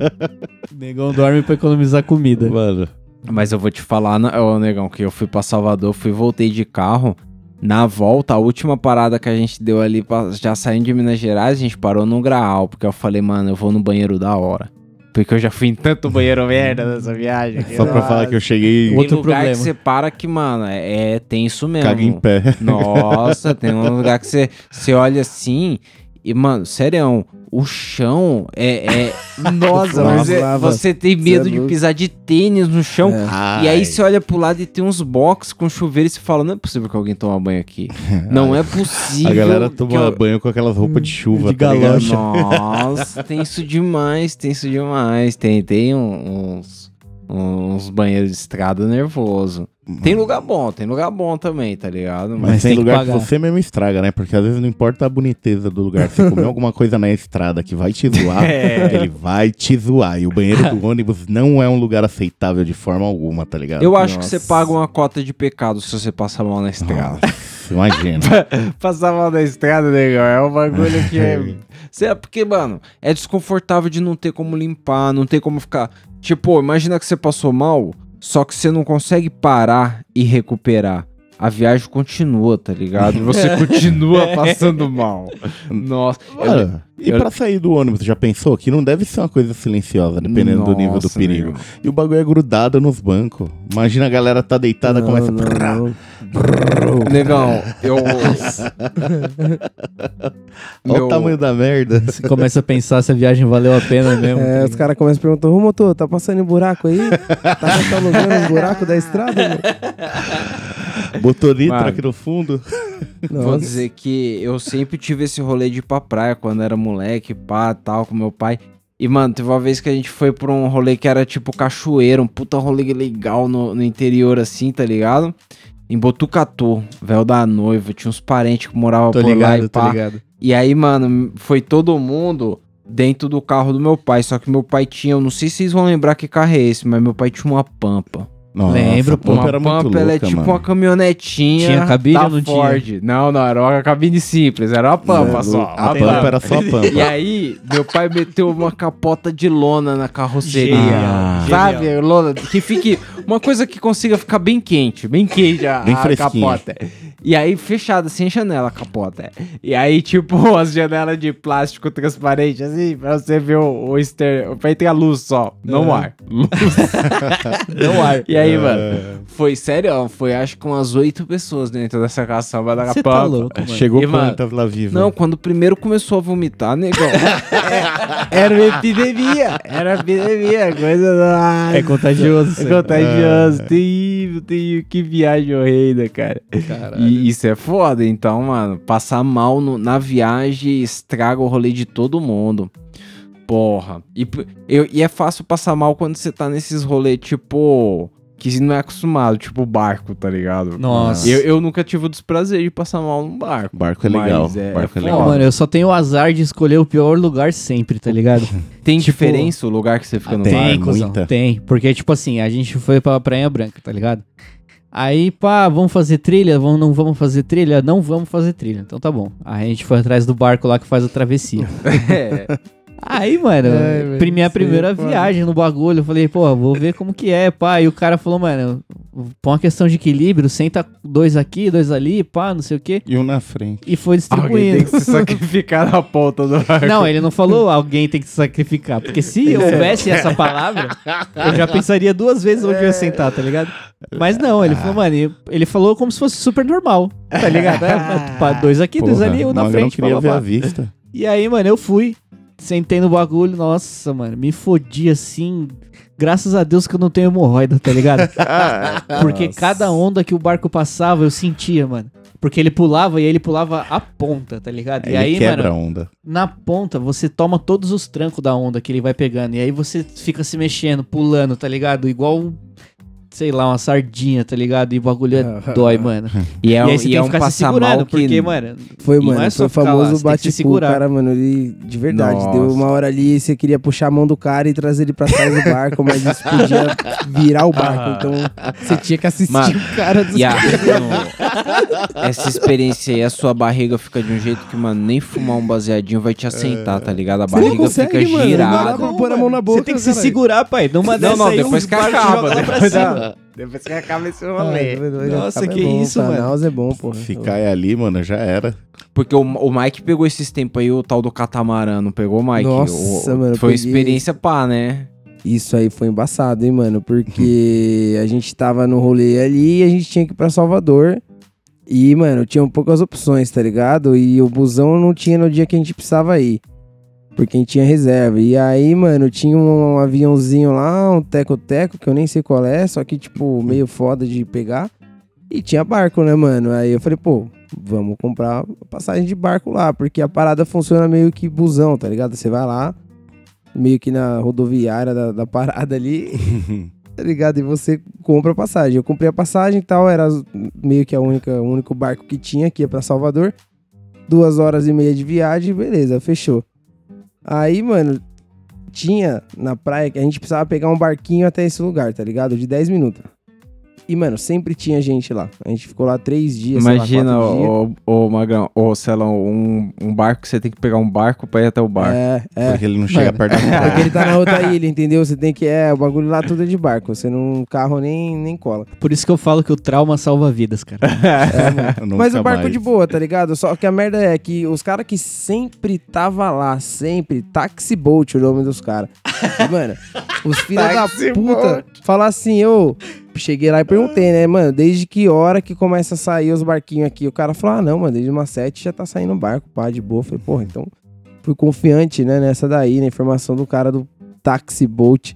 [SPEAKER 3] O negão dorme pra economizar comida.
[SPEAKER 4] Mano.
[SPEAKER 6] Mas eu vou te falar, na- ô negão, que eu fui pra Salvador, fui e voltei de carro. Na volta, a última parada que a gente deu ali, pra- já saindo de Minas Gerais, a gente parou num graal, porque eu falei, mano, eu vou no banheiro da hora. Porque eu já fui em tanto banheiro merda nessa viagem.
[SPEAKER 4] Só pra falar que eu cheguei
[SPEAKER 6] Tem
[SPEAKER 3] Outro
[SPEAKER 6] lugar
[SPEAKER 3] problema.
[SPEAKER 6] que você para que, mano, é, é tenso mesmo.
[SPEAKER 4] caguei em pé.
[SPEAKER 6] Nossa, tem um lugar que você, você olha assim e, mano, sério, o chão é. é- nossa,
[SPEAKER 5] Lava,
[SPEAKER 6] mas é-
[SPEAKER 5] lava.
[SPEAKER 6] você
[SPEAKER 5] Cê
[SPEAKER 6] tem medo
[SPEAKER 5] é
[SPEAKER 6] de
[SPEAKER 5] louco.
[SPEAKER 6] pisar de tênis no chão. E aí
[SPEAKER 4] Ai.
[SPEAKER 6] você olha pro lado e tem uns box com chuveiro e você fala, não é possível que alguém toma banho aqui. Não é possível.
[SPEAKER 4] A galera
[SPEAKER 6] que
[SPEAKER 4] toma
[SPEAKER 6] eu-
[SPEAKER 4] banho com aquelas roupas de chuva,
[SPEAKER 3] de
[SPEAKER 4] tá ligado?
[SPEAKER 3] galocha.
[SPEAKER 6] Nossa, tem isso demais, tem isso demais. Tem, tem um- uns, uns banheiros de estrada nervoso. Tem lugar bom, tem lugar bom também, tá ligado?
[SPEAKER 4] Hum. Mas,
[SPEAKER 3] Mas
[SPEAKER 4] tem
[SPEAKER 3] tem que
[SPEAKER 4] lugar que,
[SPEAKER 3] pagar.
[SPEAKER 4] você mesmo estraga, né? Porque às vezes não importa a boniteza do lugar. Você comeu alguma coisa na estrada que vai te zoar,
[SPEAKER 6] É.
[SPEAKER 4] ele vai te zoar. E o banheiro do ônibus não é um lugar aceitável de forma alguma, tá ligado?
[SPEAKER 6] Eu acho que
[SPEAKER 5] Nossa.
[SPEAKER 6] você paga uma cota de pecado se você passar mal na estrada.
[SPEAKER 4] Nossa, Imagina.
[SPEAKER 6] passar mal na estrada, negão, é um bagulho que é. Sei lá, porque, mano, é desconfortável de não ter como limpar, não ter como ficar. Tipo, imagina que você passou mal, só que você não consegue parar e recuperar. A viagem continua, tá ligado? E
[SPEAKER 4] É.
[SPEAKER 6] Você continua passando mal. Nossa. eu-
[SPEAKER 4] Mano, e
[SPEAKER 6] eu-
[SPEAKER 4] pra sair do ônibus, já pensou? Que não deve ser uma coisa silenciosa, dependendo do nível do
[SPEAKER 6] Nossa,
[SPEAKER 4] perigo.
[SPEAKER 6] negão.
[SPEAKER 4] E o bagulho é grudado nos bancos. Imagina a galera tá deitada, começa.
[SPEAKER 5] Não, não.
[SPEAKER 6] Negão, eu.
[SPEAKER 4] Olha
[SPEAKER 6] Meu-
[SPEAKER 4] o tamanho da merda.
[SPEAKER 3] Você começa a pensar se a viagem valeu a pena mesmo. tá
[SPEAKER 5] É, os caras começam a perguntar, ô motor, tá passando em buraco aí? Tá catalogando os buracos da estrada? meu?"
[SPEAKER 4] Botou nitro
[SPEAKER 6] Mano.
[SPEAKER 4] aqui no fundo.
[SPEAKER 6] Vou
[SPEAKER 5] Nossa.
[SPEAKER 6] dizer que eu sempre tive esse rolê de ir pra praia quando era moleque, pá, tal, com meu pai. E, mano, teve uma vez que a gente foi pra um rolê que era tipo cachoeira, um puta rolê legal no, no interior, assim, tá ligado? Em Botucatu, véu da noiva, tinha uns parentes que moravam
[SPEAKER 3] Tô
[SPEAKER 6] por lá e
[SPEAKER 3] ligado,
[SPEAKER 6] pá.
[SPEAKER 3] tô ligado.
[SPEAKER 6] E aí, mano, foi todo mundo dentro do carro do meu pai. Só que meu pai tinha, eu não sei se vocês vão lembrar que carro é esse, mas meu pai tinha uma pampa.
[SPEAKER 4] Nossa,
[SPEAKER 3] Lembro,
[SPEAKER 4] a
[SPEAKER 3] pô.
[SPEAKER 4] Pampa
[SPEAKER 6] uma
[SPEAKER 4] era muito
[SPEAKER 6] pampa, ela é
[SPEAKER 4] louca,
[SPEAKER 6] tipo
[SPEAKER 4] mano.
[SPEAKER 6] uma caminhonetinha.
[SPEAKER 3] Tinha cabine
[SPEAKER 6] da
[SPEAKER 3] ou não tinha?
[SPEAKER 6] Ford. Não, não, era uma cabine simples, era uma pampa só.
[SPEAKER 4] É, A
[SPEAKER 6] uma
[SPEAKER 4] pampa era só a pampa.
[SPEAKER 6] E aí, meu pai meteu uma capota de lona na carroceria.
[SPEAKER 3] Genial,
[SPEAKER 6] sabe?
[SPEAKER 3] genial.
[SPEAKER 6] Lona que fique. Uma coisa que consiga ficar bem quente, bem quente a,
[SPEAKER 4] Bem
[SPEAKER 6] a
[SPEAKER 4] fresquinha.
[SPEAKER 6] capota. E aí, fechada, sem janela a capota. E aí, tipo, as janelas de plástico transparente, assim, pra você ver o, o externo. Pra entrar luz só. Não ar. Luz. não ar. E
[SPEAKER 4] É.
[SPEAKER 6] aí, mano, foi sério, foi acho que umas oito pessoas dentro dessa caçamba da
[SPEAKER 3] Você
[SPEAKER 6] capota.
[SPEAKER 3] tá louco, mano.
[SPEAKER 4] Chegou
[SPEAKER 6] E, mano,
[SPEAKER 4] plantas lá viva.
[SPEAKER 6] Não, quando o primeiro começou a vomitar, negão. é- era uma epidemia. Era uma epidemia. Coisa da.
[SPEAKER 3] É contagioso.
[SPEAKER 6] É
[SPEAKER 3] isso aí.
[SPEAKER 6] contagioso, terrível, terrível. Que viagem horrenda, cara. E isso é foda, então, mano. Passar mal no- na viagem estraga o rolê de todo mundo. Porra. E, p- eu- e é fácil passar mal quando você tá nesses rolês, tipo. Que não é acostumado, tipo barco, tá ligado?
[SPEAKER 3] Nossa.
[SPEAKER 6] Eu, eu nunca tive o desprazer de passar mal num barco.
[SPEAKER 4] Barco é
[SPEAKER 6] Mas
[SPEAKER 4] legal.
[SPEAKER 6] é-
[SPEAKER 4] barco é
[SPEAKER 6] é
[SPEAKER 4] legal.
[SPEAKER 3] Não, mano, eu só tenho o azar de escolher o pior lugar sempre, tá ligado? Tipo- Ah,
[SPEAKER 6] Tem diferença o lugar que você fica no
[SPEAKER 4] tem,
[SPEAKER 6] bar?
[SPEAKER 4] Tem,
[SPEAKER 3] cuzão,
[SPEAKER 4] muita.
[SPEAKER 3] Tem, porque, tipo assim, a gente foi pra Praia Branca, tá ligado? Aí, pá, vamos fazer trilha? Vamos, não vamos fazer trilha? Não vamos fazer trilha. Então tá bom. Aí a gente foi atrás do barco lá que faz a travessia.
[SPEAKER 6] É.
[SPEAKER 3] Aí, mano,
[SPEAKER 5] Ai, velho,
[SPEAKER 3] pri- minha
[SPEAKER 5] isso aí
[SPEAKER 3] primeira
[SPEAKER 5] é foda.
[SPEAKER 3] viagem no bagulho, eu falei, pô, vou ver como que é, pá. E o cara falou, mano, põe uma questão de equilíbrio, senta dois aqui, dois ali, pá, não sei o quê.
[SPEAKER 4] E um na frente.
[SPEAKER 3] E foi
[SPEAKER 6] Alguém
[SPEAKER 3] distribuindo.
[SPEAKER 6] tem que se sacrificar na ponta do barco.
[SPEAKER 3] Não, ele não falou alguém tem que se sacrificar. Porque se
[SPEAKER 6] É.
[SPEAKER 3] houvesse essa palavra, eu já pensaria duas vezes onde eu ia sentar, tá ligado? Mas não, ele falou, mano, e- ele falou como se fosse super normal, tá ligado? É, mano, pá, dois aqui, dois
[SPEAKER 4] Porra,
[SPEAKER 3] ali, um na
[SPEAKER 4] mas eu não
[SPEAKER 3] frente,
[SPEAKER 4] queria
[SPEAKER 3] pá,
[SPEAKER 4] ver
[SPEAKER 3] pá,
[SPEAKER 4] a
[SPEAKER 3] pá.
[SPEAKER 4] vista.
[SPEAKER 3] E aí, mano, eu fui, sentei no bagulho, nossa, mano, me fodi assim. Graças a Deus que eu não tenho hemorroida, tá ligado? Porque cada onda que o barco passava, eu sentia, mano. Porque ele pulava e ele pulava a ponta, tá ligado? e
[SPEAKER 4] Ele
[SPEAKER 3] aí, mano,
[SPEAKER 4] quebra a onda.
[SPEAKER 3] na ponta, você toma todos os trancos da onda que ele vai pegando. E aí você fica se mexendo, pulando, tá ligado? Igual, um, sei lá, uma sardinha, tá ligado? E o bagulho é- dói, mano.
[SPEAKER 6] E é
[SPEAKER 3] e
[SPEAKER 6] um,
[SPEAKER 3] aí você
[SPEAKER 6] e
[SPEAKER 3] tem que
[SPEAKER 6] é um
[SPEAKER 3] ficar se
[SPEAKER 6] passar
[SPEAKER 3] segurando,
[SPEAKER 6] mal que...
[SPEAKER 3] porque, mano...
[SPEAKER 5] Foi,
[SPEAKER 3] E não
[SPEAKER 5] mano.
[SPEAKER 3] é só
[SPEAKER 5] foi o
[SPEAKER 3] ficar lá,
[SPEAKER 5] famoso
[SPEAKER 3] você tem que se
[SPEAKER 5] bate-cu,
[SPEAKER 3] segurar.
[SPEAKER 5] cara, mano. Ele, de verdade,
[SPEAKER 6] Nossa.
[SPEAKER 5] deu uma hora ali, você queria puxar a mão do cara e trazer ele pra trás do barco, mas isso podia virar o barco. Então, você tinha que assistir
[SPEAKER 6] Mano,
[SPEAKER 5] o cara dos
[SPEAKER 6] E a- no- essa experiência aí, a sua barriga fica de um jeito que, mano, nem fumar um baseadinho vai te assentar, tá ligado? A
[SPEAKER 5] não
[SPEAKER 6] barriga
[SPEAKER 5] consegue, mano,
[SPEAKER 6] fica
[SPEAKER 5] não dá
[SPEAKER 6] girada.
[SPEAKER 5] pra- pôr a mão na boca,
[SPEAKER 3] Você tem que se
[SPEAKER 5] caralho.
[SPEAKER 3] segurar, pai. Numa
[SPEAKER 6] Não,
[SPEAKER 3] dessa
[SPEAKER 6] não,
[SPEAKER 3] aí,
[SPEAKER 6] depois
[SPEAKER 3] o
[SPEAKER 6] que
[SPEAKER 3] barco
[SPEAKER 6] acaba.
[SPEAKER 3] joga lá pra
[SPEAKER 6] Depois,
[SPEAKER 3] cima.
[SPEAKER 6] da- depois que acaba esse
[SPEAKER 5] Ah,
[SPEAKER 6] rolê.
[SPEAKER 5] doido,
[SPEAKER 3] Nossa,
[SPEAKER 5] acaba
[SPEAKER 3] que
[SPEAKER 5] bom,
[SPEAKER 3] isso,
[SPEAKER 5] pra
[SPEAKER 3] mano.
[SPEAKER 5] náusea é bom, porra.
[SPEAKER 4] Ficar ali, mano, já era.
[SPEAKER 6] Porque o, o Mike pegou esses tempos aí, o tal do catamarã, não pegou, Mike?
[SPEAKER 5] Nossa,
[SPEAKER 6] O-
[SPEAKER 5] mano, eu
[SPEAKER 6] Foi
[SPEAKER 5] peguei-
[SPEAKER 6] experiência pá, né?
[SPEAKER 5] Isso aí foi embaçado, hein, mano? Porque a gente tava no rolê ali e a gente tinha que ir pra Salvador. E, mano, tinham poucas opções, tá ligado? E o busão não tinha no dia que a gente precisava ir. Porque a gente tinha reserva. E aí, mano, tinha um aviãozinho lá, um teco-teco, que eu nem sei qual é, só que, tipo, meio foda de pegar. E tinha barco, né, mano? Aí eu falei, pô, vamos comprar passagem de barco lá, porque a parada funciona meio que busão, tá ligado? Você vai lá, meio que na rodoviária da, da parada ali, tá ligado? E você compra a passagem. Eu comprei a passagem e tal, era as- meio que a única, o único barco que tinha que ia pra Salvador. Duas horas e meia de viagem, beleza, fechou. Aí, mano, tinha na praia que a gente precisava pegar um barquinho até esse lugar, tá ligado? De 10 minutos. E, mano, sempre tinha gente lá. A gente ficou lá três dias, sei lá,
[SPEAKER 6] Imagina,
[SPEAKER 5] quatro dias.
[SPEAKER 6] ô, ô, Magrão, ô, Celão, um, um barco, que você tem que pegar um barco pra ir até o barco.
[SPEAKER 5] É, é.
[SPEAKER 4] Porque ele não chega
[SPEAKER 5] Mano.
[SPEAKER 4] perto da
[SPEAKER 5] Porque
[SPEAKER 4] praia.
[SPEAKER 5] ele tá na outra ilha, entendeu? Você tem que. É, o bagulho lá tudo é de barco. Você não. Carro nem, nem cola.
[SPEAKER 3] Por isso que eu falo que o trauma salva vidas, cara.
[SPEAKER 4] Nunca
[SPEAKER 5] Mas o barco
[SPEAKER 4] mais.
[SPEAKER 5] de boa, tá ligado? Só que a merda é que os caras que sempre tava lá, sempre. Taxi Bolt, o nome dos caras. E, Mano, os filhos da
[SPEAKER 6] Taxi
[SPEAKER 5] puta falar assim, eu. Cheguei lá e perguntei, né, mano, desde que hora que começa a sair os barquinhos aqui? O cara falou, ah, não, mano, desde umas sete já tá saindo um barco, pá, de boa. Eu Falei, porra, então fui confiante, né, nessa daí, na informação do cara do Taxi Bolt.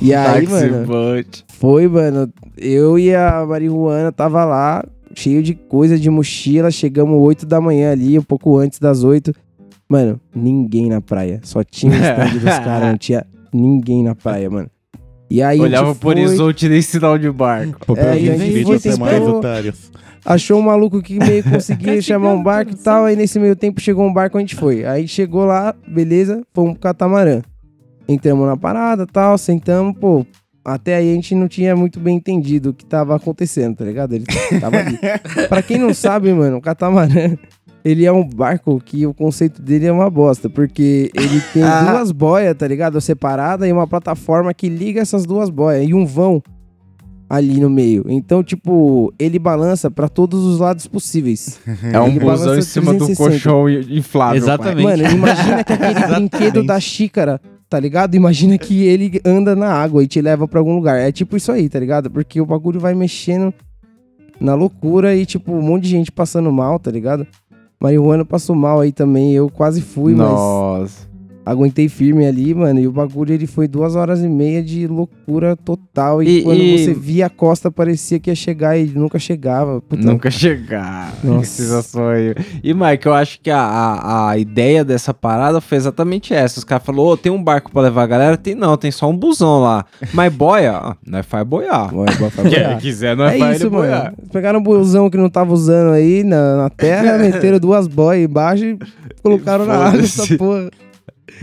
[SPEAKER 5] E É, aí, mano,
[SPEAKER 6] Boat.
[SPEAKER 5] foi, mano. Eu e a Marihuana tava lá, cheio de coisa, de mochila. Chegamos 8 da manhã ali, um pouco antes das 8. Mano, ninguém na praia. Só tinha o stand dos caras, não tinha ninguém na praia, mano. E aí, a gente
[SPEAKER 6] Olhava pro
[SPEAKER 5] foi,
[SPEAKER 6] horizonte nem sinal de barco.
[SPEAKER 4] Pô, pelo
[SPEAKER 5] É,
[SPEAKER 3] e
[SPEAKER 4] menos
[SPEAKER 3] aí
[SPEAKER 4] vídeo
[SPEAKER 3] você
[SPEAKER 4] até mais
[SPEAKER 5] esperou-
[SPEAKER 4] otários.
[SPEAKER 5] Achou um maluco que meio conseguia chamar um barco e tal. Aí nesse meio tempo chegou um barco, a gente foi. Aí chegou lá, beleza, fomos pro catamarã. Entramos na parada tal, sentamos, pô. Até aí a gente não tinha muito bem entendido o que tava acontecendo, tá ligado? Ele tava ali. pra quem não sabe, mano, o catamarã, ele é um barco que o conceito dele é uma bosta, porque ele tem
[SPEAKER 6] Ah.
[SPEAKER 5] duas boias, tá ligado? Separada e uma plataforma que liga essas duas boias e um vão ali no meio. Então, tipo, ele balança pra todos os lados possíveis.
[SPEAKER 6] É um
[SPEAKER 5] Ele
[SPEAKER 6] busão
[SPEAKER 5] balança
[SPEAKER 6] em cima do
[SPEAKER 5] 360.
[SPEAKER 6] colchão inflável.
[SPEAKER 3] Exatamente.
[SPEAKER 5] Mano, imagina que aquele brinquedo da xícara, tá ligado? Imagina que ele anda na água e te leva pra algum lugar. É tipo isso aí, tá ligado? Porque o bagulho vai mexendo na loucura e, tipo, um monte de gente passando mal, tá ligado? Marihuana passou mal aí também, eu quase fui, mas
[SPEAKER 6] Nossa.
[SPEAKER 5] aguentei firme ali, mano. E o bagulho ele foi duas horas e meia de loucura total. E,
[SPEAKER 6] E-
[SPEAKER 5] quando
[SPEAKER 6] e-
[SPEAKER 5] você via a costa, parecia que ia chegar e nunca chegava. Puta,
[SPEAKER 6] Nunca chegar.
[SPEAKER 5] Nossa.
[SPEAKER 6] Precisa sonho. E, Mike, eu acho que a, a, a ideia dessa parada foi exatamente essa. Os caras falaram, ô, tem um barco pra levar a galera? Tem não, tem só um busão lá. Mas boia, ah, não é faz boiar.
[SPEAKER 5] Ué, boa pra
[SPEAKER 6] Quem
[SPEAKER 5] boiar.
[SPEAKER 6] quiser, não é,
[SPEAKER 5] É
[SPEAKER 6] faz
[SPEAKER 5] isso,
[SPEAKER 6] ele boiar.
[SPEAKER 5] mano. Pegaram um busão que não tava usando aí na, na terra, meteram duas boias embaixo e colocaram na água essa
[SPEAKER 6] Foda-se.
[SPEAKER 5] porra.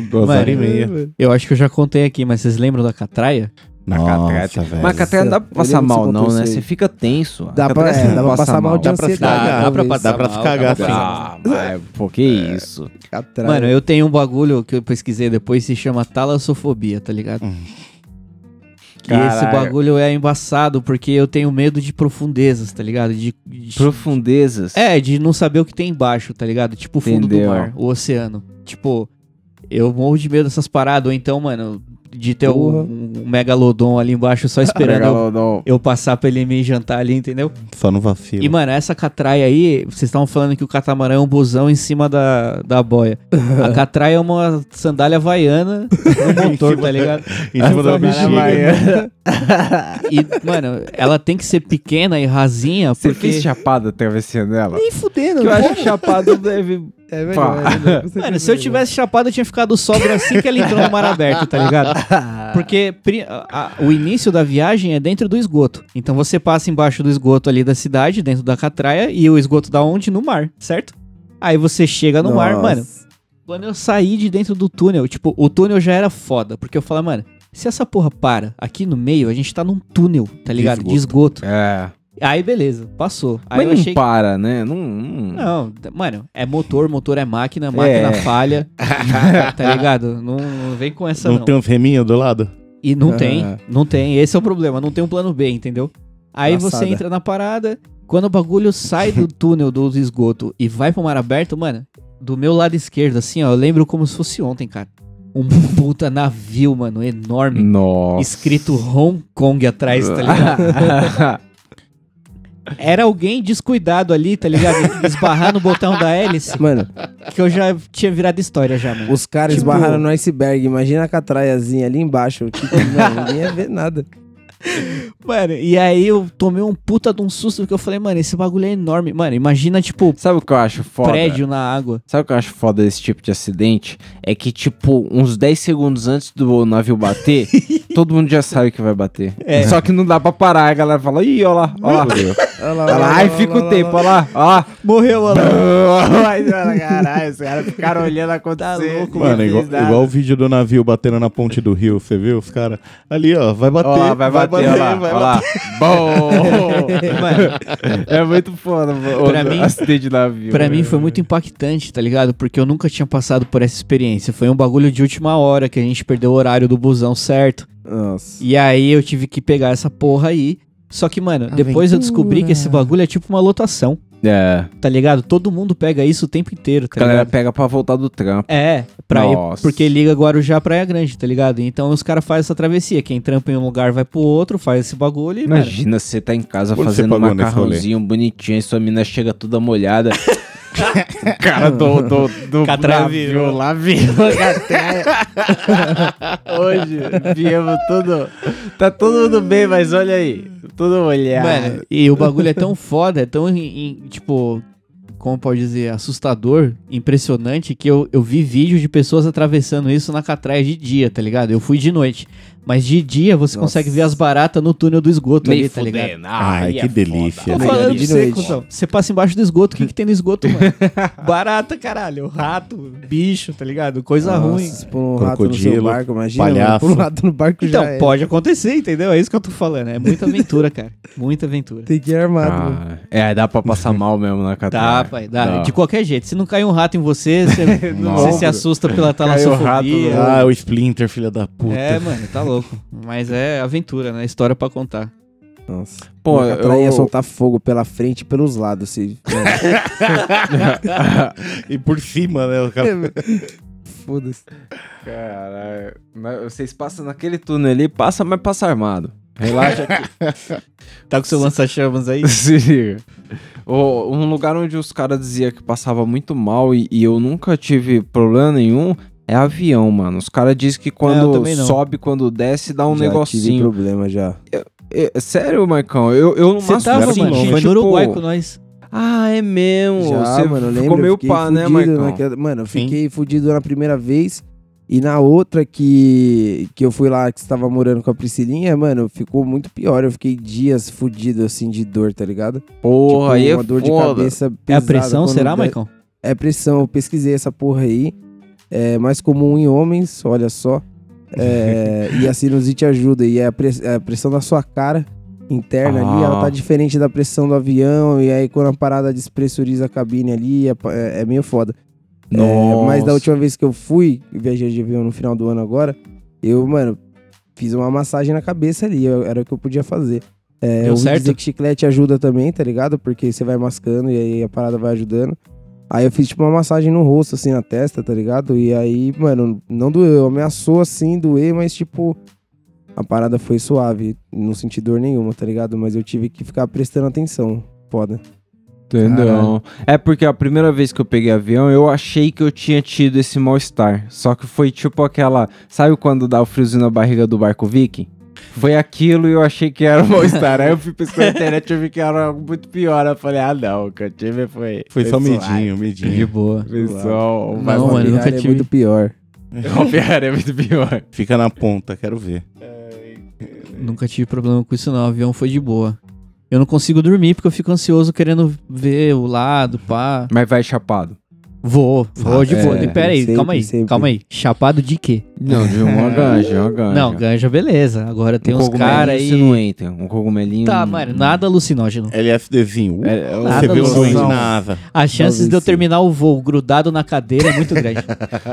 [SPEAKER 4] Duas
[SPEAKER 3] Mano,
[SPEAKER 4] horas e meia.
[SPEAKER 5] É, mano.
[SPEAKER 3] Eu acho que eu já contei aqui, mas vocês lembram da catraia?
[SPEAKER 6] na
[SPEAKER 4] Nossa,
[SPEAKER 6] catraia.
[SPEAKER 4] velho.
[SPEAKER 6] Mas a catraia não dá pra
[SPEAKER 5] Eu
[SPEAKER 6] passar
[SPEAKER 5] lembro desse
[SPEAKER 6] mal, não,
[SPEAKER 5] concurso
[SPEAKER 6] né?
[SPEAKER 5] aí.
[SPEAKER 6] Você fica tenso. A
[SPEAKER 5] Dá pra-
[SPEAKER 6] catraia
[SPEAKER 5] é, dá
[SPEAKER 6] você não
[SPEAKER 5] pra
[SPEAKER 6] passa
[SPEAKER 5] passar mal de
[SPEAKER 4] Dá pra se
[SPEAKER 5] ansiedade,
[SPEAKER 4] cagar.
[SPEAKER 5] talvez.
[SPEAKER 4] Dá pra se cagar, sim.
[SPEAKER 6] Ah, mas pô, que isso.
[SPEAKER 5] Catraia.
[SPEAKER 3] Mano, eu tenho um bagulho que eu pesquisei depois, se chama talassofobia, tá ligado?
[SPEAKER 4] Hum.
[SPEAKER 3] E esse
[SPEAKER 6] Caralho.
[SPEAKER 3] bagulho é embaçado, porque eu tenho medo de profundezas, tá ligado? De, de-
[SPEAKER 6] Profundezas.
[SPEAKER 3] É, de não saber o que tem embaixo, tá ligado? Tipo o fundo do
[SPEAKER 6] Entendeu.
[SPEAKER 3] mar, o oceano. Tipo, eu morro de medo dessas paradas, ou então, mano, de ter
[SPEAKER 5] Porra.
[SPEAKER 3] um, um megalodon ali embaixo só esperando eu,
[SPEAKER 6] Megalodon.
[SPEAKER 3] eu passar pra ele me jantar ali, entendeu?
[SPEAKER 4] Só não vacila.
[SPEAKER 3] E, mano, essa catraia aí, vocês estavam falando que o catamarã é um busão em cima da, da boia. A catraia é uma sandália havaiana no motor, tá ligado?
[SPEAKER 4] Em cima
[SPEAKER 3] Vai
[SPEAKER 4] da
[SPEAKER 3] lá,
[SPEAKER 4] bexiga.
[SPEAKER 3] vai. E, mano, ela tem que ser pequena e rasinha,
[SPEAKER 6] Você
[SPEAKER 3] porque...
[SPEAKER 6] fez chapada atravessando ela?
[SPEAKER 3] Nem fudendo,
[SPEAKER 6] Que eu
[SPEAKER 3] né?
[SPEAKER 6] acho que chapado deve.
[SPEAKER 5] É
[SPEAKER 6] Pá.
[SPEAKER 5] verdade. né? Com certeza
[SPEAKER 3] Mano, se eu
[SPEAKER 5] mesmo.
[SPEAKER 3] tivesse chapado, eu tinha ficado sóbrio assim que ela entrou no mar aberto, tá ligado? Porque pri- a- a- o início da viagem é dentro do esgoto. Então você passa embaixo do esgoto ali da cidade, dentro da catraia, e o esgoto da onde? No mar, certo? Aí você chega no mar,
[SPEAKER 5] Nossa.
[SPEAKER 3] mano. Quando eu saí de dentro do túnel, tipo, o túnel já era foda, porque eu falei, mano, se essa porra para aqui no meio, a gente tá num túnel, tá ligado? De esgoto.
[SPEAKER 6] É.
[SPEAKER 3] Aí beleza, passou. Aí
[SPEAKER 6] Mas
[SPEAKER 3] eu
[SPEAKER 6] não
[SPEAKER 3] achei que.
[SPEAKER 6] para, né? Não. não-
[SPEAKER 3] Não, t- mano, é motor, motor é máquina, máquina
[SPEAKER 6] É.
[SPEAKER 3] falha, tá ligado? Não, não vem com essa
[SPEAKER 4] Não,
[SPEAKER 3] não.
[SPEAKER 4] tem uns reminhos do lado?
[SPEAKER 3] E não
[SPEAKER 5] Ah.
[SPEAKER 3] tem, não tem, esse é o problema, não tem um plano B, entendeu? Aí
[SPEAKER 5] Engraçada.
[SPEAKER 3] você entra na parada, quando o bagulho sai do túnel do esgoto e vai pro mar aberto, mano, do meu lado esquerdo, assim, ó, eu lembro como se fosse ontem, cara. Um puta navio, mano, enorme,
[SPEAKER 6] Nossa.
[SPEAKER 3] escrito Hong Kong atrás, tá ligado? Era alguém descuidado ali, tá ligado? Esbarrar no botão da hélice,
[SPEAKER 5] Mano,
[SPEAKER 3] que eu já tinha virado história já, mano.
[SPEAKER 5] os caras
[SPEAKER 3] Tipo-
[SPEAKER 5] esbarraram no iceberg. Imagina a catraiazinha ali embaixo. Tipo, mano, ninguém ia ver nada.
[SPEAKER 3] Mano, e aí eu tomei um puta de um susto, porque eu falei, mano, esse bagulho é enorme. Mano, imagina, tipo,
[SPEAKER 6] Sabe o que eu acho foda?
[SPEAKER 3] prédio na água.
[SPEAKER 6] Sabe o que eu acho foda desse tipo de acidente? É que, tipo, uns 10 segundos antes do navio bater, todo mundo já sabe que vai bater.
[SPEAKER 3] É.
[SPEAKER 6] Só que não dá pra parar. A galera fala, ih, ó lá, ó lá.
[SPEAKER 5] Olha lá,
[SPEAKER 6] Olha lá, aí fica o tempo, ó lá, ó lá.
[SPEAKER 3] Morreu, olha lá.
[SPEAKER 6] Aí, olha, Caralho, os caras ficaram olhando acontecer.
[SPEAKER 3] Tá louco,
[SPEAKER 4] Mano, igual, igual o vídeo do navio batendo na ponte do rio, você viu? Os caras. Ali, ó, vai bater.
[SPEAKER 6] Ó lá, vai bater, ó lá,
[SPEAKER 4] vai
[SPEAKER 6] ó lá. Bom!
[SPEAKER 3] Mano,
[SPEAKER 6] É muito foda, o,
[SPEAKER 3] Pra
[SPEAKER 6] o
[SPEAKER 3] mim-
[SPEAKER 6] acidente de navio.
[SPEAKER 3] pra mim foi muito impactante, tá ligado? Porque eu nunca tinha passado por essa experiência. Foi um bagulho de última hora, que a gente perdeu o horário do busão certo.
[SPEAKER 5] Nossa.
[SPEAKER 3] E aí eu tive que pegar essa porra aí. Só que, mano, depois eu descobri que esse bagulho é tipo uma lotação,
[SPEAKER 6] É,
[SPEAKER 3] tá ligado? Todo mundo pega isso o tempo inteiro,
[SPEAKER 6] a
[SPEAKER 3] tá
[SPEAKER 6] galera
[SPEAKER 3] ligado?
[SPEAKER 6] pega pra voltar do trampo.
[SPEAKER 3] É, pra ir,
[SPEAKER 6] Nossa.
[SPEAKER 3] porque liga Guarujá à Praia Grande, tá ligado? Então os caras fazem essa travessia. Quem trampa em um lugar vai pro outro, faz esse bagulho e, mano,
[SPEAKER 6] Imagina você tá em casa
[SPEAKER 4] Quanto você
[SPEAKER 6] fazendo um
[SPEAKER 4] pagou nesse
[SPEAKER 6] macarrãozinho bonitinho e sua mina chega toda molhada. O cara do, do, do
[SPEAKER 3] Catraia
[SPEAKER 6] navio
[SPEAKER 3] virou.
[SPEAKER 6] lá virou a catraia. Hoje viemos tudo. Tá todo mundo bem, mas olha aí. Tudo molhado.
[SPEAKER 3] Mano, e o bagulho é tão foda, é tão, em- em- tipo, como pode dizer, assustador, impressionante, que eu, eu vi vídeo de pessoas atravessando isso na catraia de dia, tá ligado? Eu fui de noite. Mas de dia você
[SPEAKER 5] Nossa.
[SPEAKER 3] consegue ver as baratas no túnel do esgoto
[SPEAKER 6] Nem
[SPEAKER 3] ali, tá ligado?
[SPEAKER 6] fudendo.
[SPEAKER 4] Ai,
[SPEAKER 6] aí
[SPEAKER 4] que
[SPEAKER 6] é
[SPEAKER 4] delícia.
[SPEAKER 6] foda.
[SPEAKER 3] Tô
[SPEAKER 5] Tá
[SPEAKER 3] falando
[SPEAKER 5] ligado?
[SPEAKER 3] pra
[SPEAKER 5] De
[SPEAKER 3] você,
[SPEAKER 5] noite.
[SPEAKER 3] cuzão. Você passa embaixo do esgoto, o que, que tem no esgoto, mano? Barata, caralho. Rato, bicho, tá ligado? Coisa ruim.
[SPEAKER 5] Nossa, Por um rato no seu
[SPEAKER 4] Crocodilo,
[SPEAKER 5] barco, imagina.
[SPEAKER 4] palhaço.
[SPEAKER 5] Mano, por um rato no barco
[SPEAKER 3] Então,
[SPEAKER 5] já é.
[SPEAKER 3] pode acontecer, entendeu? É isso que eu tô falando. É muita aventura, cara. Muita aventura.
[SPEAKER 5] Tem que ir armado. mano.
[SPEAKER 6] Ah, é, dá pra passar mal mesmo na catraia.
[SPEAKER 3] Dá, pai, dá. De qualquer jeito. Se não cair um rato em você, você,
[SPEAKER 6] No
[SPEAKER 3] você se
[SPEAKER 6] ombro.
[SPEAKER 3] assusta pela
[SPEAKER 6] Caiu o rato no
[SPEAKER 3] talassofobia.
[SPEAKER 6] ombro.
[SPEAKER 4] Ah, o Splinter, filha da puta.
[SPEAKER 3] É, mano, tá louco. Mas é aventura, né? História pra contar.
[SPEAKER 5] Nossa.
[SPEAKER 6] Pô,
[SPEAKER 5] a catraia ia
[SPEAKER 6] eu-
[SPEAKER 5] é soltar fogo pela frente e pelos lados. assim. Se...
[SPEAKER 4] E por cima, né? O cara...
[SPEAKER 5] Foda-se.
[SPEAKER 6] Caralho. Mas Vocês passam naquele túnel ali, passa, mas passa armado. Relaxa que
[SPEAKER 3] Tá com seu lança-chamas aí?
[SPEAKER 6] Se liga. Ô, um lugar onde os caras diziam que passava muito mal e, e eu nunca tive problema nenhum é avião, mano. Os caras dizem que
[SPEAKER 5] É,
[SPEAKER 3] eu
[SPEAKER 6] quando
[SPEAKER 3] também não.
[SPEAKER 6] sobe, quando desce, dá um
[SPEAKER 5] já Tive
[SPEAKER 6] negocinho.
[SPEAKER 5] problema já.
[SPEAKER 6] É, sério, Marcão? Eu, eu no
[SPEAKER 3] Você
[SPEAKER 6] máximo
[SPEAKER 3] tava,
[SPEAKER 4] assim,
[SPEAKER 3] mano.
[SPEAKER 6] senti,
[SPEAKER 3] Foi
[SPEAKER 6] tipo,
[SPEAKER 3] no Uruguai com nós.
[SPEAKER 6] Ah, é mesmo.
[SPEAKER 5] Já,
[SPEAKER 6] Você
[SPEAKER 5] mano, eu lembro.
[SPEAKER 6] ficou meio
[SPEAKER 5] eu fiquei
[SPEAKER 6] pá, né,
[SPEAKER 5] fudido
[SPEAKER 6] Marcão?
[SPEAKER 5] naquela- Mano, eu fiquei fudido na primeira vez. E na outra que, que eu fui lá, que estava morando com a Priscilinha, mano, ficou muito pior. Eu fiquei dias fudido, assim, de dor, tá ligado? Tipo,
[SPEAKER 6] Porra, aí é
[SPEAKER 5] uma dor de
[SPEAKER 6] foda.
[SPEAKER 5] cabeça
[SPEAKER 3] É a
[SPEAKER 5] pesada
[SPEAKER 3] pressão,
[SPEAKER 5] quando
[SPEAKER 3] será,
[SPEAKER 5] dá-
[SPEAKER 3] Maicon?
[SPEAKER 5] É pressão, eu pesquisei essa porra aí. É mais comum em homens, olha só. É, e a sinusite ajuda. E é a, press- a pressão da sua cara interna ali,
[SPEAKER 3] Ah.
[SPEAKER 5] ela tá diferente da pressão do avião. E aí, quando a parada despressuriza a cabine ali, é, pa- é- é meio foda. É, mas da
[SPEAKER 3] Nossa.
[SPEAKER 5] última vez que eu fui, viajei de avião no final do ano agora, eu, mano, fiz uma massagem na cabeça ali. eu- era o que eu podia fazer. É,
[SPEAKER 3] Deu
[SPEAKER 5] eu ouvi
[SPEAKER 3] certo?
[SPEAKER 5] dizer que chiclete ajuda também, tá ligado? Porque você vai mascando e aí a parada vai ajudando. Aí eu fiz tipo uma massagem no rosto, assim, na testa, tá ligado? E aí, mano, não doeu. Ameaçou assim, doer, mas tipo. A parada foi suave. Não senti dor nenhuma, tá ligado? Mas eu tive que ficar prestando atenção. Foda.
[SPEAKER 6] Entendeu? É porque a primeira vez que eu peguei avião, eu achei que eu tinha tido esse mal-estar. Só que foi tipo aquela. Sabe quando dá o friozinho na barriga do barco Viking? Foi aquilo e eu achei que era um mal-estar. Aí eu fui pesquisar na internet e eu vi que era algo muito pior. Eu falei, ah não, o que eu tive foi.
[SPEAKER 4] Foi só
[SPEAKER 6] suave.
[SPEAKER 4] medinho,
[SPEAKER 3] De
[SPEAKER 4] medinho.
[SPEAKER 3] boa.
[SPEAKER 6] Foi só
[SPEAKER 5] Mas
[SPEAKER 3] Não,
[SPEAKER 5] uma
[SPEAKER 3] mano, eu nunca
[SPEAKER 5] viagem é
[SPEAKER 3] tive.
[SPEAKER 5] muito pior.
[SPEAKER 6] Pior, é muito pior.
[SPEAKER 4] Fica na ponta, quero ver.
[SPEAKER 3] É, Nunca tive problema com isso, não. O avião foi de boa. Eu não consigo dormir porque eu fico ansioso querendo ver o lado, pá.
[SPEAKER 6] Mas vai chapado.
[SPEAKER 3] Vou, vou de
[SPEAKER 5] É,
[SPEAKER 3] boa. Pera aí,
[SPEAKER 5] sempre,
[SPEAKER 3] calma aí,
[SPEAKER 5] sempre.
[SPEAKER 3] calma aí. Chapado de quê?
[SPEAKER 6] Não, Um de uma ganja, uma ganja.
[SPEAKER 3] Não, ganja, beleza. Agora tem uns caras
[SPEAKER 6] Você
[SPEAKER 3] aí.
[SPEAKER 6] não entra. Um cogumelinho.
[SPEAKER 3] Tá,
[SPEAKER 6] não-
[SPEAKER 3] mano, nada alucinógeno.
[SPEAKER 4] LSDzinho. Uh,
[SPEAKER 6] É, eu-
[SPEAKER 4] você
[SPEAKER 3] nada
[SPEAKER 4] vê o
[SPEAKER 3] não.
[SPEAKER 4] doente na asa.
[SPEAKER 3] As chances de eu
[SPEAKER 5] Talvez sim.
[SPEAKER 3] terminar o voo grudado na cadeira é muito grande.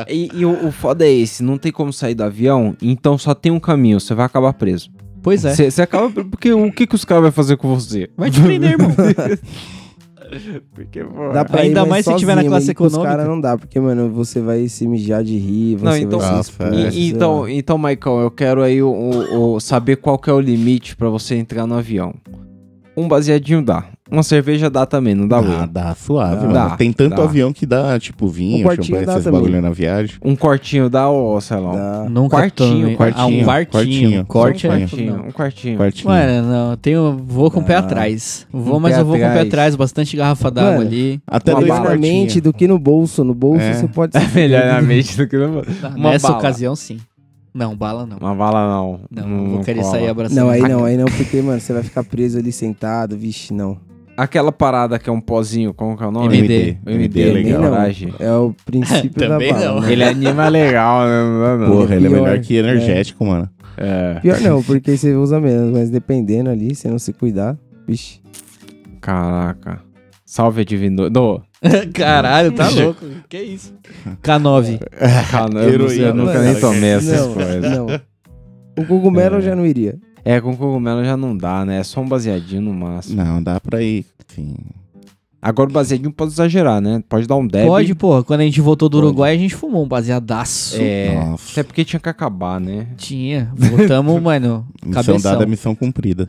[SPEAKER 6] E, e o, o foda é esse, não tem como sair do avião, então só tem um caminho, você vai acabar preso.
[SPEAKER 3] Pois
[SPEAKER 4] Tá.
[SPEAKER 3] é.
[SPEAKER 6] Você você acaba. Porque o que, que os caras vão fazer com você?
[SPEAKER 3] Vai te prender, irmão.
[SPEAKER 6] Porque, pô.
[SPEAKER 5] Dá pra
[SPEAKER 3] Ainda
[SPEAKER 5] ir, mas
[SPEAKER 3] mais se tiver na
[SPEAKER 5] sozinho,
[SPEAKER 3] classe
[SPEAKER 5] ir com os
[SPEAKER 3] econômica.
[SPEAKER 5] cara não dá, porque, mano, você vai se mijar de rir, você
[SPEAKER 6] Não, então-
[SPEAKER 5] vai se
[SPEAKER 4] Nossa,
[SPEAKER 5] expor,
[SPEAKER 4] é.
[SPEAKER 5] sei
[SPEAKER 6] E-
[SPEAKER 5] lá.
[SPEAKER 6] então, então, Maicon, eu quero aí o, o- o- saber qual que é o limite pra você entrar no avião. Um baseadinho dá. Uma cerveja dá também, não dá,
[SPEAKER 4] Dá,
[SPEAKER 6] dá.
[SPEAKER 4] dá suave,
[SPEAKER 5] Dá,
[SPEAKER 4] mano. Tem tanto
[SPEAKER 6] dá.
[SPEAKER 4] avião que dá, tipo, vinho,
[SPEAKER 5] quartinho
[SPEAKER 4] champanhe,
[SPEAKER 5] dá
[SPEAKER 4] esses
[SPEAKER 5] também.
[SPEAKER 4] bagulho na viagem.
[SPEAKER 6] Um cortinho dá ou, sei lá, um
[SPEAKER 5] Dá.
[SPEAKER 3] Nunca
[SPEAKER 6] Quartinho,
[SPEAKER 3] tomei-
[SPEAKER 4] quartinho,
[SPEAKER 3] Ah, um quartinho.
[SPEAKER 4] quartinho.
[SPEAKER 3] Corte
[SPEAKER 4] Só um
[SPEAKER 3] é.
[SPEAKER 6] quartinho. Um quartinho.
[SPEAKER 4] Quartinho.
[SPEAKER 3] Mano, não, eu tenho, vou com o pé atrás. Vou,
[SPEAKER 6] Um
[SPEAKER 3] mas
[SPEAKER 6] pé
[SPEAKER 3] eu vou com o pé
[SPEAKER 6] atrás.
[SPEAKER 3] atrás, bastante garrafa d'água
[SPEAKER 5] Mano,
[SPEAKER 3] ali.
[SPEAKER 4] Até
[SPEAKER 6] uma
[SPEAKER 4] dois
[SPEAKER 5] Mais na mente
[SPEAKER 4] quartinhos.
[SPEAKER 5] do que no bolso. No bolso
[SPEAKER 4] É.
[SPEAKER 5] você pode
[SPEAKER 6] É melhor na mente do que no.
[SPEAKER 3] Tá,
[SPEAKER 6] Uma
[SPEAKER 3] Nessa
[SPEAKER 6] bala.
[SPEAKER 3] ocasião, sim. Não, bala não.
[SPEAKER 6] Uma bala não.
[SPEAKER 3] Não, não vou querer
[SPEAKER 6] Hum, cola.
[SPEAKER 3] sair abraçando.
[SPEAKER 5] Não, aí não, aí não, porque, mano, você vai ficar preso ali sentado, vixe, não.
[SPEAKER 6] Aquela parada que é um pozinho, como que é o nome?
[SPEAKER 3] MD.
[SPEAKER 4] MD. MD é
[SPEAKER 5] Também
[SPEAKER 4] legal.
[SPEAKER 5] não.
[SPEAKER 6] Coragem.
[SPEAKER 5] É o princípio da
[SPEAKER 3] Também
[SPEAKER 5] bala.
[SPEAKER 3] não.
[SPEAKER 5] né?
[SPEAKER 6] Ele anima legal, né? Não, não, não.
[SPEAKER 4] Porra, ele é
[SPEAKER 5] Pior,
[SPEAKER 4] melhor que energético, mano.
[SPEAKER 6] É.
[SPEAKER 5] Pior não, porque você usa menos, mas dependendo ali, se não se cuidar, vixe.
[SPEAKER 6] Caraca. Salve, Divino. Não,
[SPEAKER 3] Caralho, tá louco. Que isso? K9.
[SPEAKER 6] cara, eu, não sei, eu
[SPEAKER 4] Heroína,
[SPEAKER 6] nunca
[SPEAKER 5] Mano,
[SPEAKER 6] nem
[SPEAKER 4] cara,
[SPEAKER 6] tomei
[SPEAKER 4] que-
[SPEAKER 6] essas
[SPEAKER 5] não,
[SPEAKER 6] coisas.
[SPEAKER 5] não. O cogumelo eu já não iria.
[SPEAKER 6] É, com cogumelo já não dá, né? É só um baseadinho no máximo.
[SPEAKER 4] Não, dá pra ir. Sim.
[SPEAKER 6] Agora o baseadinho pode exagerar, né? Pode dar um
[SPEAKER 5] É
[SPEAKER 6] deb.
[SPEAKER 3] Pode, porra. Quando a gente voltou do
[SPEAKER 6] Pode.
[SPEAKER 3] Uruguai, a gente fumou um baseadaço.
[SPEAKER 6] É.
[SPEAKER 4] Nossa.
[SPEAKER 6] Até porque tinha que acabar, né?
[SPEAKER 3] Tinha. Voltamos, mano.
[SPEAKER 5] é
[SPEAKER 6] é
[SPEAKER 5] um
[SPEAKER 4] Missão
[SPEAKER 3] Cabeção.
[SPEAKER 4] dada, missão cumprida.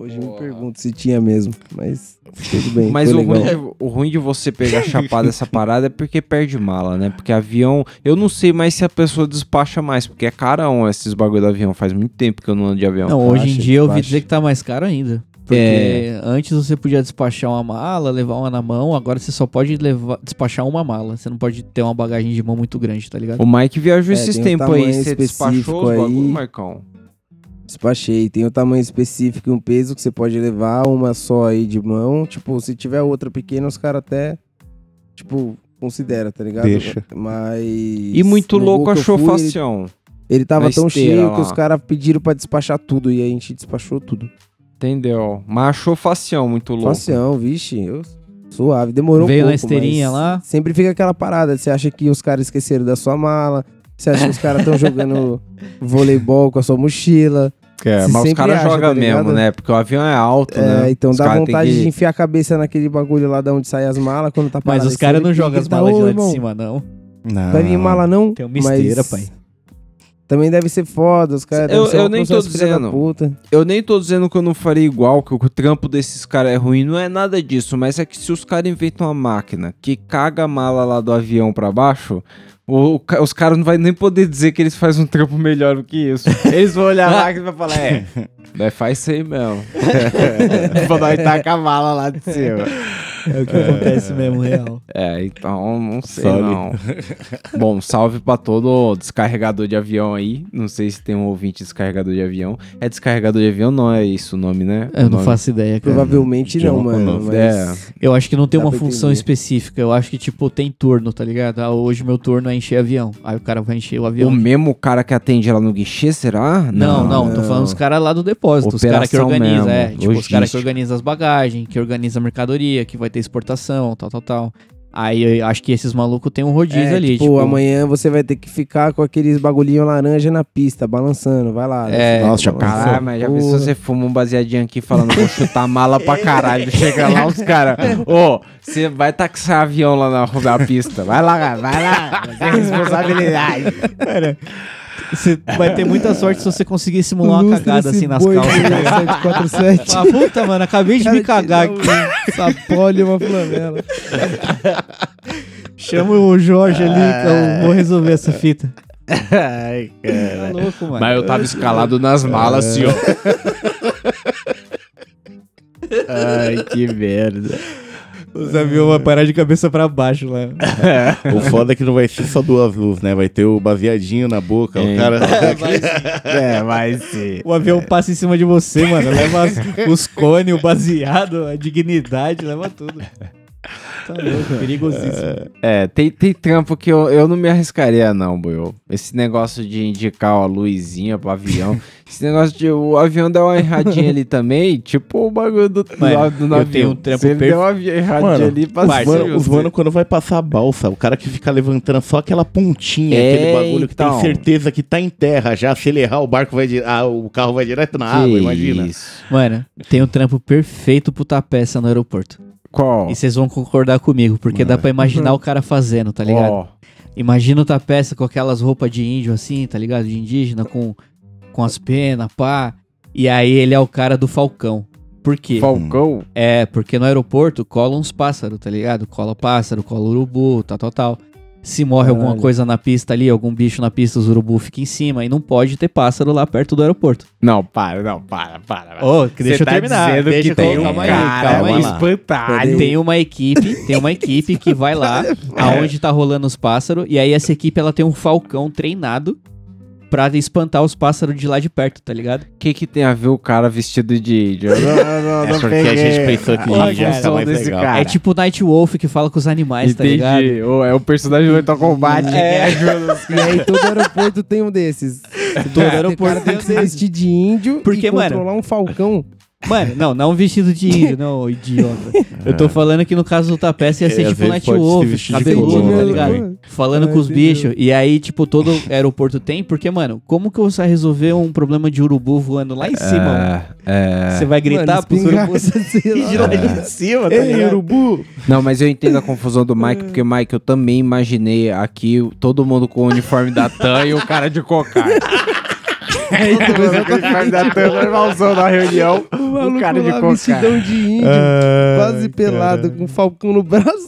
[SPEAKER 5] Hoje eu me
[SPEAKER 6] Porra.
[SPEAKER 5] pergunto se tinha mesmo, mas tudo bem.
[SPEAKER 6] Mas
[SPEAKER 5] foi
[SPEAKER 6] o ruim,
[SPEAKER 5] legal.
[SPEAKER 6] de, o ruim de você pegar chapada essa parada é porque perde mala, né? Porque avião. Eu não sei mais se a pessoa despacha mais, porque é carão esses bagulho do avião. Faz muito tempo que eu não ando de avião.
[SPEAKER 3] Não, hoje em
[SPEAKER 5] Baixa,
[SPEAKER 3] dia eu ouvi
[SPEAKER 5] tá? baixa.
[SPEAKER 3] dizer que tá mais caro ainda. Porque
[SPEAKER 6] É.
[SPEAKER 3] antes você podia despachar uma mala, levar uma na mão, agora você só pode levar, despachar uma mala. Você não pode ter uma bagagem de mão muito grande, tá ligado?
[SPEAKER 6] O Mike viajou
[SPEAKER 5] É,
[SPEAKER 6] esses
[SPEAKER 5] tem um
[SPEAKER 6] tempos aí.
[SPEAKER 5] tamanho
[SPEAKER 6] Você despachou os
[SPEAKER 5] específico
[SPEAKER 6] bagulho,
[SPEAKER 5] aí.
[SPEAKER 6] Marcão?
[SPEAKER 5] Despachei. Tem o tamanho específico e um peso que você pode levar, uma só aí de mão. Tipo, se tiver outra pequena, os caras até, tipo, considera, tá ligado?
[SPEAKER 4] Deixa.
[SPEAKER 5] Mas.
[SPEAKER 6] E muito
[SPEAKER 5] no
[SPEAKER 6] louco
[SPEAKER 5] voo que eu
[SPEAKER 6] achou
[SPEAKER 5] fui, ele-
[SPEAKER 6] facião.
[SPEAKER 5] Ele tava
[SPEAKER 6] na
[SPEAKER 5] tão
[SPEAKER 6] esteira
[SPEAKER 5] cheio que
[SPEAKER 6] lá.
[SPEAKER 5] os caras pediram pra despachar tudo e aí a gente despachou tudo.
[SPEAKER 6] Entendeu? Mas achou facião muito louco.
[SPEAKER 5] Facião, vixe, eu suave. Demorou
[SPEAKER 3] Veio
[SPEAKER 5] um
[SPEAKER 3] na
[SPEAKER 5] pouco,
[SPEAKER 3] esteirinha
[SPEAKER 5] mas
[SPEAKER 3] lá.
[SPEAKER 5] Sempre fica aquela parada, você acha que os caras esqueceram da sua mala, você acha que os caras estão jogando voleibol com a sua mochila.
[SPEAKER 6] É,
[SPEAKER 5] Você
[SPEAKER 6] mas os
[SPEAKER 5] sempre
[SPEAKER 6] caras
[SPEAKER 5] acha,
[SPEAKER 6] jogam
[SPEAKER 5] tá ligado?
[SPEAKER 6] mesmo, né? Porque o avião é alto, né?
[SPEAKER 5] É, então
[SPEAKER 6] Os
[SPEAKER 5] dá
[SPEAKER 6] cara tem
[SPEAKER 5] vontade
[SPEAKER 6] que-
[SPEAKER 5] de enfiar a cabeça naquele bagulho lá de onde saem as malas quando tá parado.
[SPEAKER 3] Mas os
[SPEAKER 5] Você
[SPEAKER 3] caras não
[SPEAKER 5] tem que
[SPEAKER 3] jogam as
[SPEAKER 5] gritar,
[SPEAKER 3] malas de
[SPEAKER 5] "Ô,
[SPEAKER 3] lá
[SPEAKER 5] irmão,
[SPEAKER 3] de cima, não.
[SPEAKER 4] Não.
[SPEAKER 5] Vai vir mala não?
[SPEAKER 3] Tem uma esteira, pai.
[SPEAKER 5] Também deve ser foda, os caras
[SPEAKER 6] Eu-
[SPEAKER 5] devem ser
[SPEAKER 6] eu
[SPEAKER 5] uma
[SPEAKER 6] nem tô
[SPEAKER 5] pessoa filha da
[SPEAKER 6] dizendo.
[SPEAKER 5] puta.
[SPEAKER 6] Eu nem tô dizendo que eu não faria igual, que o trampo desses caras é ruim, não é nada disso, mas é que se os caras inventam uma máquina que caga a mala lá do avião pra baixo, o- ca- os caras não vai nem poder dizer que eles fazem um trampo melhor do que isso. Eles vão olhar a máquina e vai falar,
[SPEAKER 5] um
[SPEAKER 6] é, nós faz isso aí mesmo. pra nós tacar a mala lá de cima.
[SPEAKER 3] É o que acontece mesmo, real.
[SPEAKER 6] É, então não sei
[SPEAKER 4] Salve.
[SPEAKER 6] não. Bom, salve pra todo descarregador de avião aí. Não sei se tem um ouvinte descarregador de avião. É descarregador de avião, não é isso o nome, né?
[SPEAKER 3] Eu
[SPEAKER 6] o
[SPEAKER 3] não
[SPEAKER 6] nome...
[SPEAKER 3] faço ideia, cara.
[SPEAKER 5] Provavelmente
[SPEAKER 4] de
[SPEAKER 5] não,
[SPEAKER 4] uma
[SPEAKER 5] mano.
[SPEAKER 4] conofa.
[SPEAKER 5] Mas...
[SPEAKER 6] É.
[SPEAKER 3] Eu acho que não tem
[SPEAKER 5] Dá
[SPEAKER 3] uma
[SPEAKER 5] pra
[SPEAKER 3] função
[SPEAKER 5] entender.
[SPEAKER 3] específica. Eu acho que, tipo, tem turno, tá ligado? Ah, hoje meu turno é encher avião. Aí o cara vai encher o avião.
[SPEAKER 6] O mesmo cara que atende lá no guichê, será?
[SPEAKER 3] Não, não, tô falando os caras lá do depósito, os caras que
[SPEAKER 6] Operação
[SPEAKER 3] organizam, é.
[SPEAKER 6] mesmo,
[SPEAKER 3] Tipo, os caras que
[SPEAKER 6] logística.
[SPEAKER 3] organizam as bagagens, que organizam a mercadoria, que vai ter exportação, tal, tal, tal. Aí eu acho que esses malucos tem um rodízio
[SPEAKER 5] É,
[SPEAKER 3] ali,
[SPEAKER 5] tipo,
[SPEAKER 3] tipo,
[SPEAKER 5] amanhã você vai ter que ficar com aqueles bagulhinho laranja na pista, balançando, vai lá.
[SPEAKER 3] É,
[SPEAKER 4] Nossa, já
[SPEAKER 5] balança.
[SPEAKER 4] pensou?
[SPEAKER 6] Caralho, mas já pensou
[SPEAKER 5] Porra.
[SPEAKER 6] você fuma um baseadinho aqui falando, vou chutar mala pra caralho. Chega lá os caras, ô, você vai taxar avião lá na, na pista. Vai lá, cara, vai lá, você é responsabilidade.
[SPEAKER 3] Você vai ter muita sorte se você conseguir simular uma
[SPEAKER 5] Lustra
[SPEAKER 3] cagada
[SPEAKER 5] esse
[SPEAKER 3] assim nas
[SPEAKER 5] boi
[SPEAKER 3] calças.
[SPEAKER 5] de
[SPEAKER 3] tá ligado?
[SPEAKER 5] 747.
[SPEAKER 3] Ah, puta, mano, acabei de me cagar aqui. é
[SPEAKER 5] Sapole uma flanela.
[SPEAKER 3] Chama o Jorge ali que eu vou resolver essa fita. Tá louco, mano.
[SPEAKER 6] Mas eu tava escalado nas malas,
[SPEAKER 3] É.
[SPEAKER 6] assim, ó. Ai, que merda.
[SPEAKER 3] Os aviões vão parar de cabeça pra baixo lá.
[SPEAKER 4] O foda é que não vai ser só duas luzes, né? Vai ter o baseadinho na boca, o cara.
[SPEAKER 6] É, vai ser.
[SPEAKER 3] O avião passa em cima de você, mano. Leva as- os cones, o baseado, a dignidade, leva tudo. Tá louco, perigosíssimo.
[SPEAKER 6] É, tem, tem trampo que eu, eu não me arriscaria, não, boio. Esse negócio de indicar a luzinha pro avião. esse negócio de o avião dar uma erradinha ali também, tipo o bagulho do, do,
[SPEAKER 3] Mano,
[SPEAKER 6] do
[SPEAKER 3] eu
[SPEAKER 6] navio.
[SPEAKER 3] tenho um trampo
[SPEAKER 6] Se ele
[SPEAKER 3] perfe-
[SPEAKER 6] der uma avião erradinha
[SPEAKER 4] Mano,
[SPEAKER 6] ali,
[SPEAKER 4] Os
[SPEAKER 6] passa
[SPEAKER 4] mano- os mano, quando vai passar a balsa, o cara que fica levantando só aquela pontinha,
[SPEAKER 6] É,
[SPEAKER 4] aquele bagulho que
[SPEAKER 6] então.
[SPEAKER 4] tem certeza que tá em terra já. Se ele errar, o barco vai. di- Ah, o carro vai direto na
[SPEAKER 6] Que
[SPEAKER 4] água, Ah, imagina.
[SPEAKER 6] Isso.
[SPEAKER 3] Mano, tem um trampo perfeito pro tapeça no aeroporto.
[SPEAKER 6] Qual?
[SPEAKER 3] E vocês vão concordar comigo, porque dá pra imaginar o cara fazendo, tá ligado?
[SPEAKER 6] Ó,
[SPEAKER 3] Imagina o tapeça com aquelas roupas de índio assim, tá ligado? De indígena, com, com as penas, pá. E aí ele é o cara do falcão. Por quê?
[SPEAKER 6] Falcão?
[SPEAKER 3] É, porque no aeroporto cola uns pássaros, tá ligado? Cola pássaro, cola urubu, tal, tal, tal. Se morre alguma
[SPEAKER 5] Caralho.
[SPEAKER 3] coisa na pista ali, algum bicho na pista, os urubu ficam em cima e não pode ter pássaro lá perto do aeroporto.
[SPEAKER 6] Não, para, não, para, para. para.
[SPEAKER 3] Ô,
[SPEAKER 6] Você tá dizendo
[SPEAKER 3] deixa
[SPEAKER 6] que
[SPEAKER 3] eu
[SPEAKER 6] tem um
[SPEAKER 3] colocar, calma aí,
[SPEAKER 6] cara
[SPEAKER 3] calma aí.
[SPEAKER 6] espantado.
[SPEAKER 3] Tem uma equipe, tem uma equipe que vai lá aonde tá rolando os pássaros e aí essa equipe ela tem um falcão treinado pra espantar os pássaros de lá de perto, tá ligado?
[SPEAKER 6] O que, que tem a ver o cara vestido de índio? Eu Não, não,
[SPEAKER 4] É porque a gente pensou que
[SPEAKER 6] Olha
[SPEAKER 4] ia
[SPEAKER 6] a
[SPEAKER 4] ficar
[SPEAKER 6] função
[SPEAKER 4] mais
[SPEAKER 6] desse
[SPEAKER 4] legal.
[SPEAKER 6] cara.
[SPEAKER 3] É tipo o Night Wolf que fala com os animais, tá ligado?
[SPEAKER 6] Entendi. Ô, é o personagem do Mortal Kombat.
[SPEAKER 3] É.
[SPEAKER 6] que ajuda os
[SPEAKER 5] E aí todo aeroporto tem um desses.
[SPEAKER 3] Todo aeroporto
[SPEAKER 5] tem
[SPEAKER 3] tem
[SPEAKER 5] que
[SPEAKER 3] um
[SPEAKER 5] se
[SPEAKER 3] desses.
[SPEAKER 5] vestir de índio
[SPEAKER 3] Porque,
[SPEAKER 5] e
[SPEAKER 3] mano-
[SPEAKER 5] controlar um falcão.
[SPEAKER 3] Mano, não, não um vestido de índio, não, ô idiota. Eu tô falando que no caso do Tapeça ia ser
[SPEAKER 4] É, às
[SPEAKER 3] tipo
[SPEAKER 4] vezes
[SPEAKER 3] Night
[SPEAKER 4] pode se
[SPEAKER 3] Wolf,
[SPEAKER 4] vestir de
[SPEAKER 3] cabeludo,
[SPEAKER 4] colono,
[SPEAKER 3] tá
[SPEAKER 4] né,
[SPEAKER 3] ligado?
[SPEAKER 5] velho?
[SPEAKER 3] Falando
[SPEAKER 5] Ah,
[SPEAKER 3] com os
[SPEAKER 5] entendeu.
[SPEAKER 3] bichos. E aí, tipo, todo aeroporto tem, porque, mano, como que você vai resolver um problema de urubu voando lá em cima, mano? Você vai gritar
[SPEAKER 5] Mano,
[SPEAKER 3] pros urubus
[SPEAKER 5] espingarda, sei lá.
[SPEAKER 3] de lá de cima, tá
[SPEAKER 4] Ei,
[SPEAKER 3] ligado?
[SPEAKER 4] urubu!
[SPEAKER 6] Não, mas eu entendo a confusão do Mike, porque, Mike, eu também imaginei aqui todo mundo com o uniforme da TAM e o cara de cocar. Todo mundo com o uniforme da TAM, normalzão na reunião,
[SPEAKER 5] O
[SPEAKER 6] o
[SPEAKER 5] tá um maluco
[SPEAKER 6] cara de
[SPEAKER 5] lá,
[SPEAKER 6] cocar.
[SPEAKER 5] vestidão de índio, quase pelado, com um falcão no braço.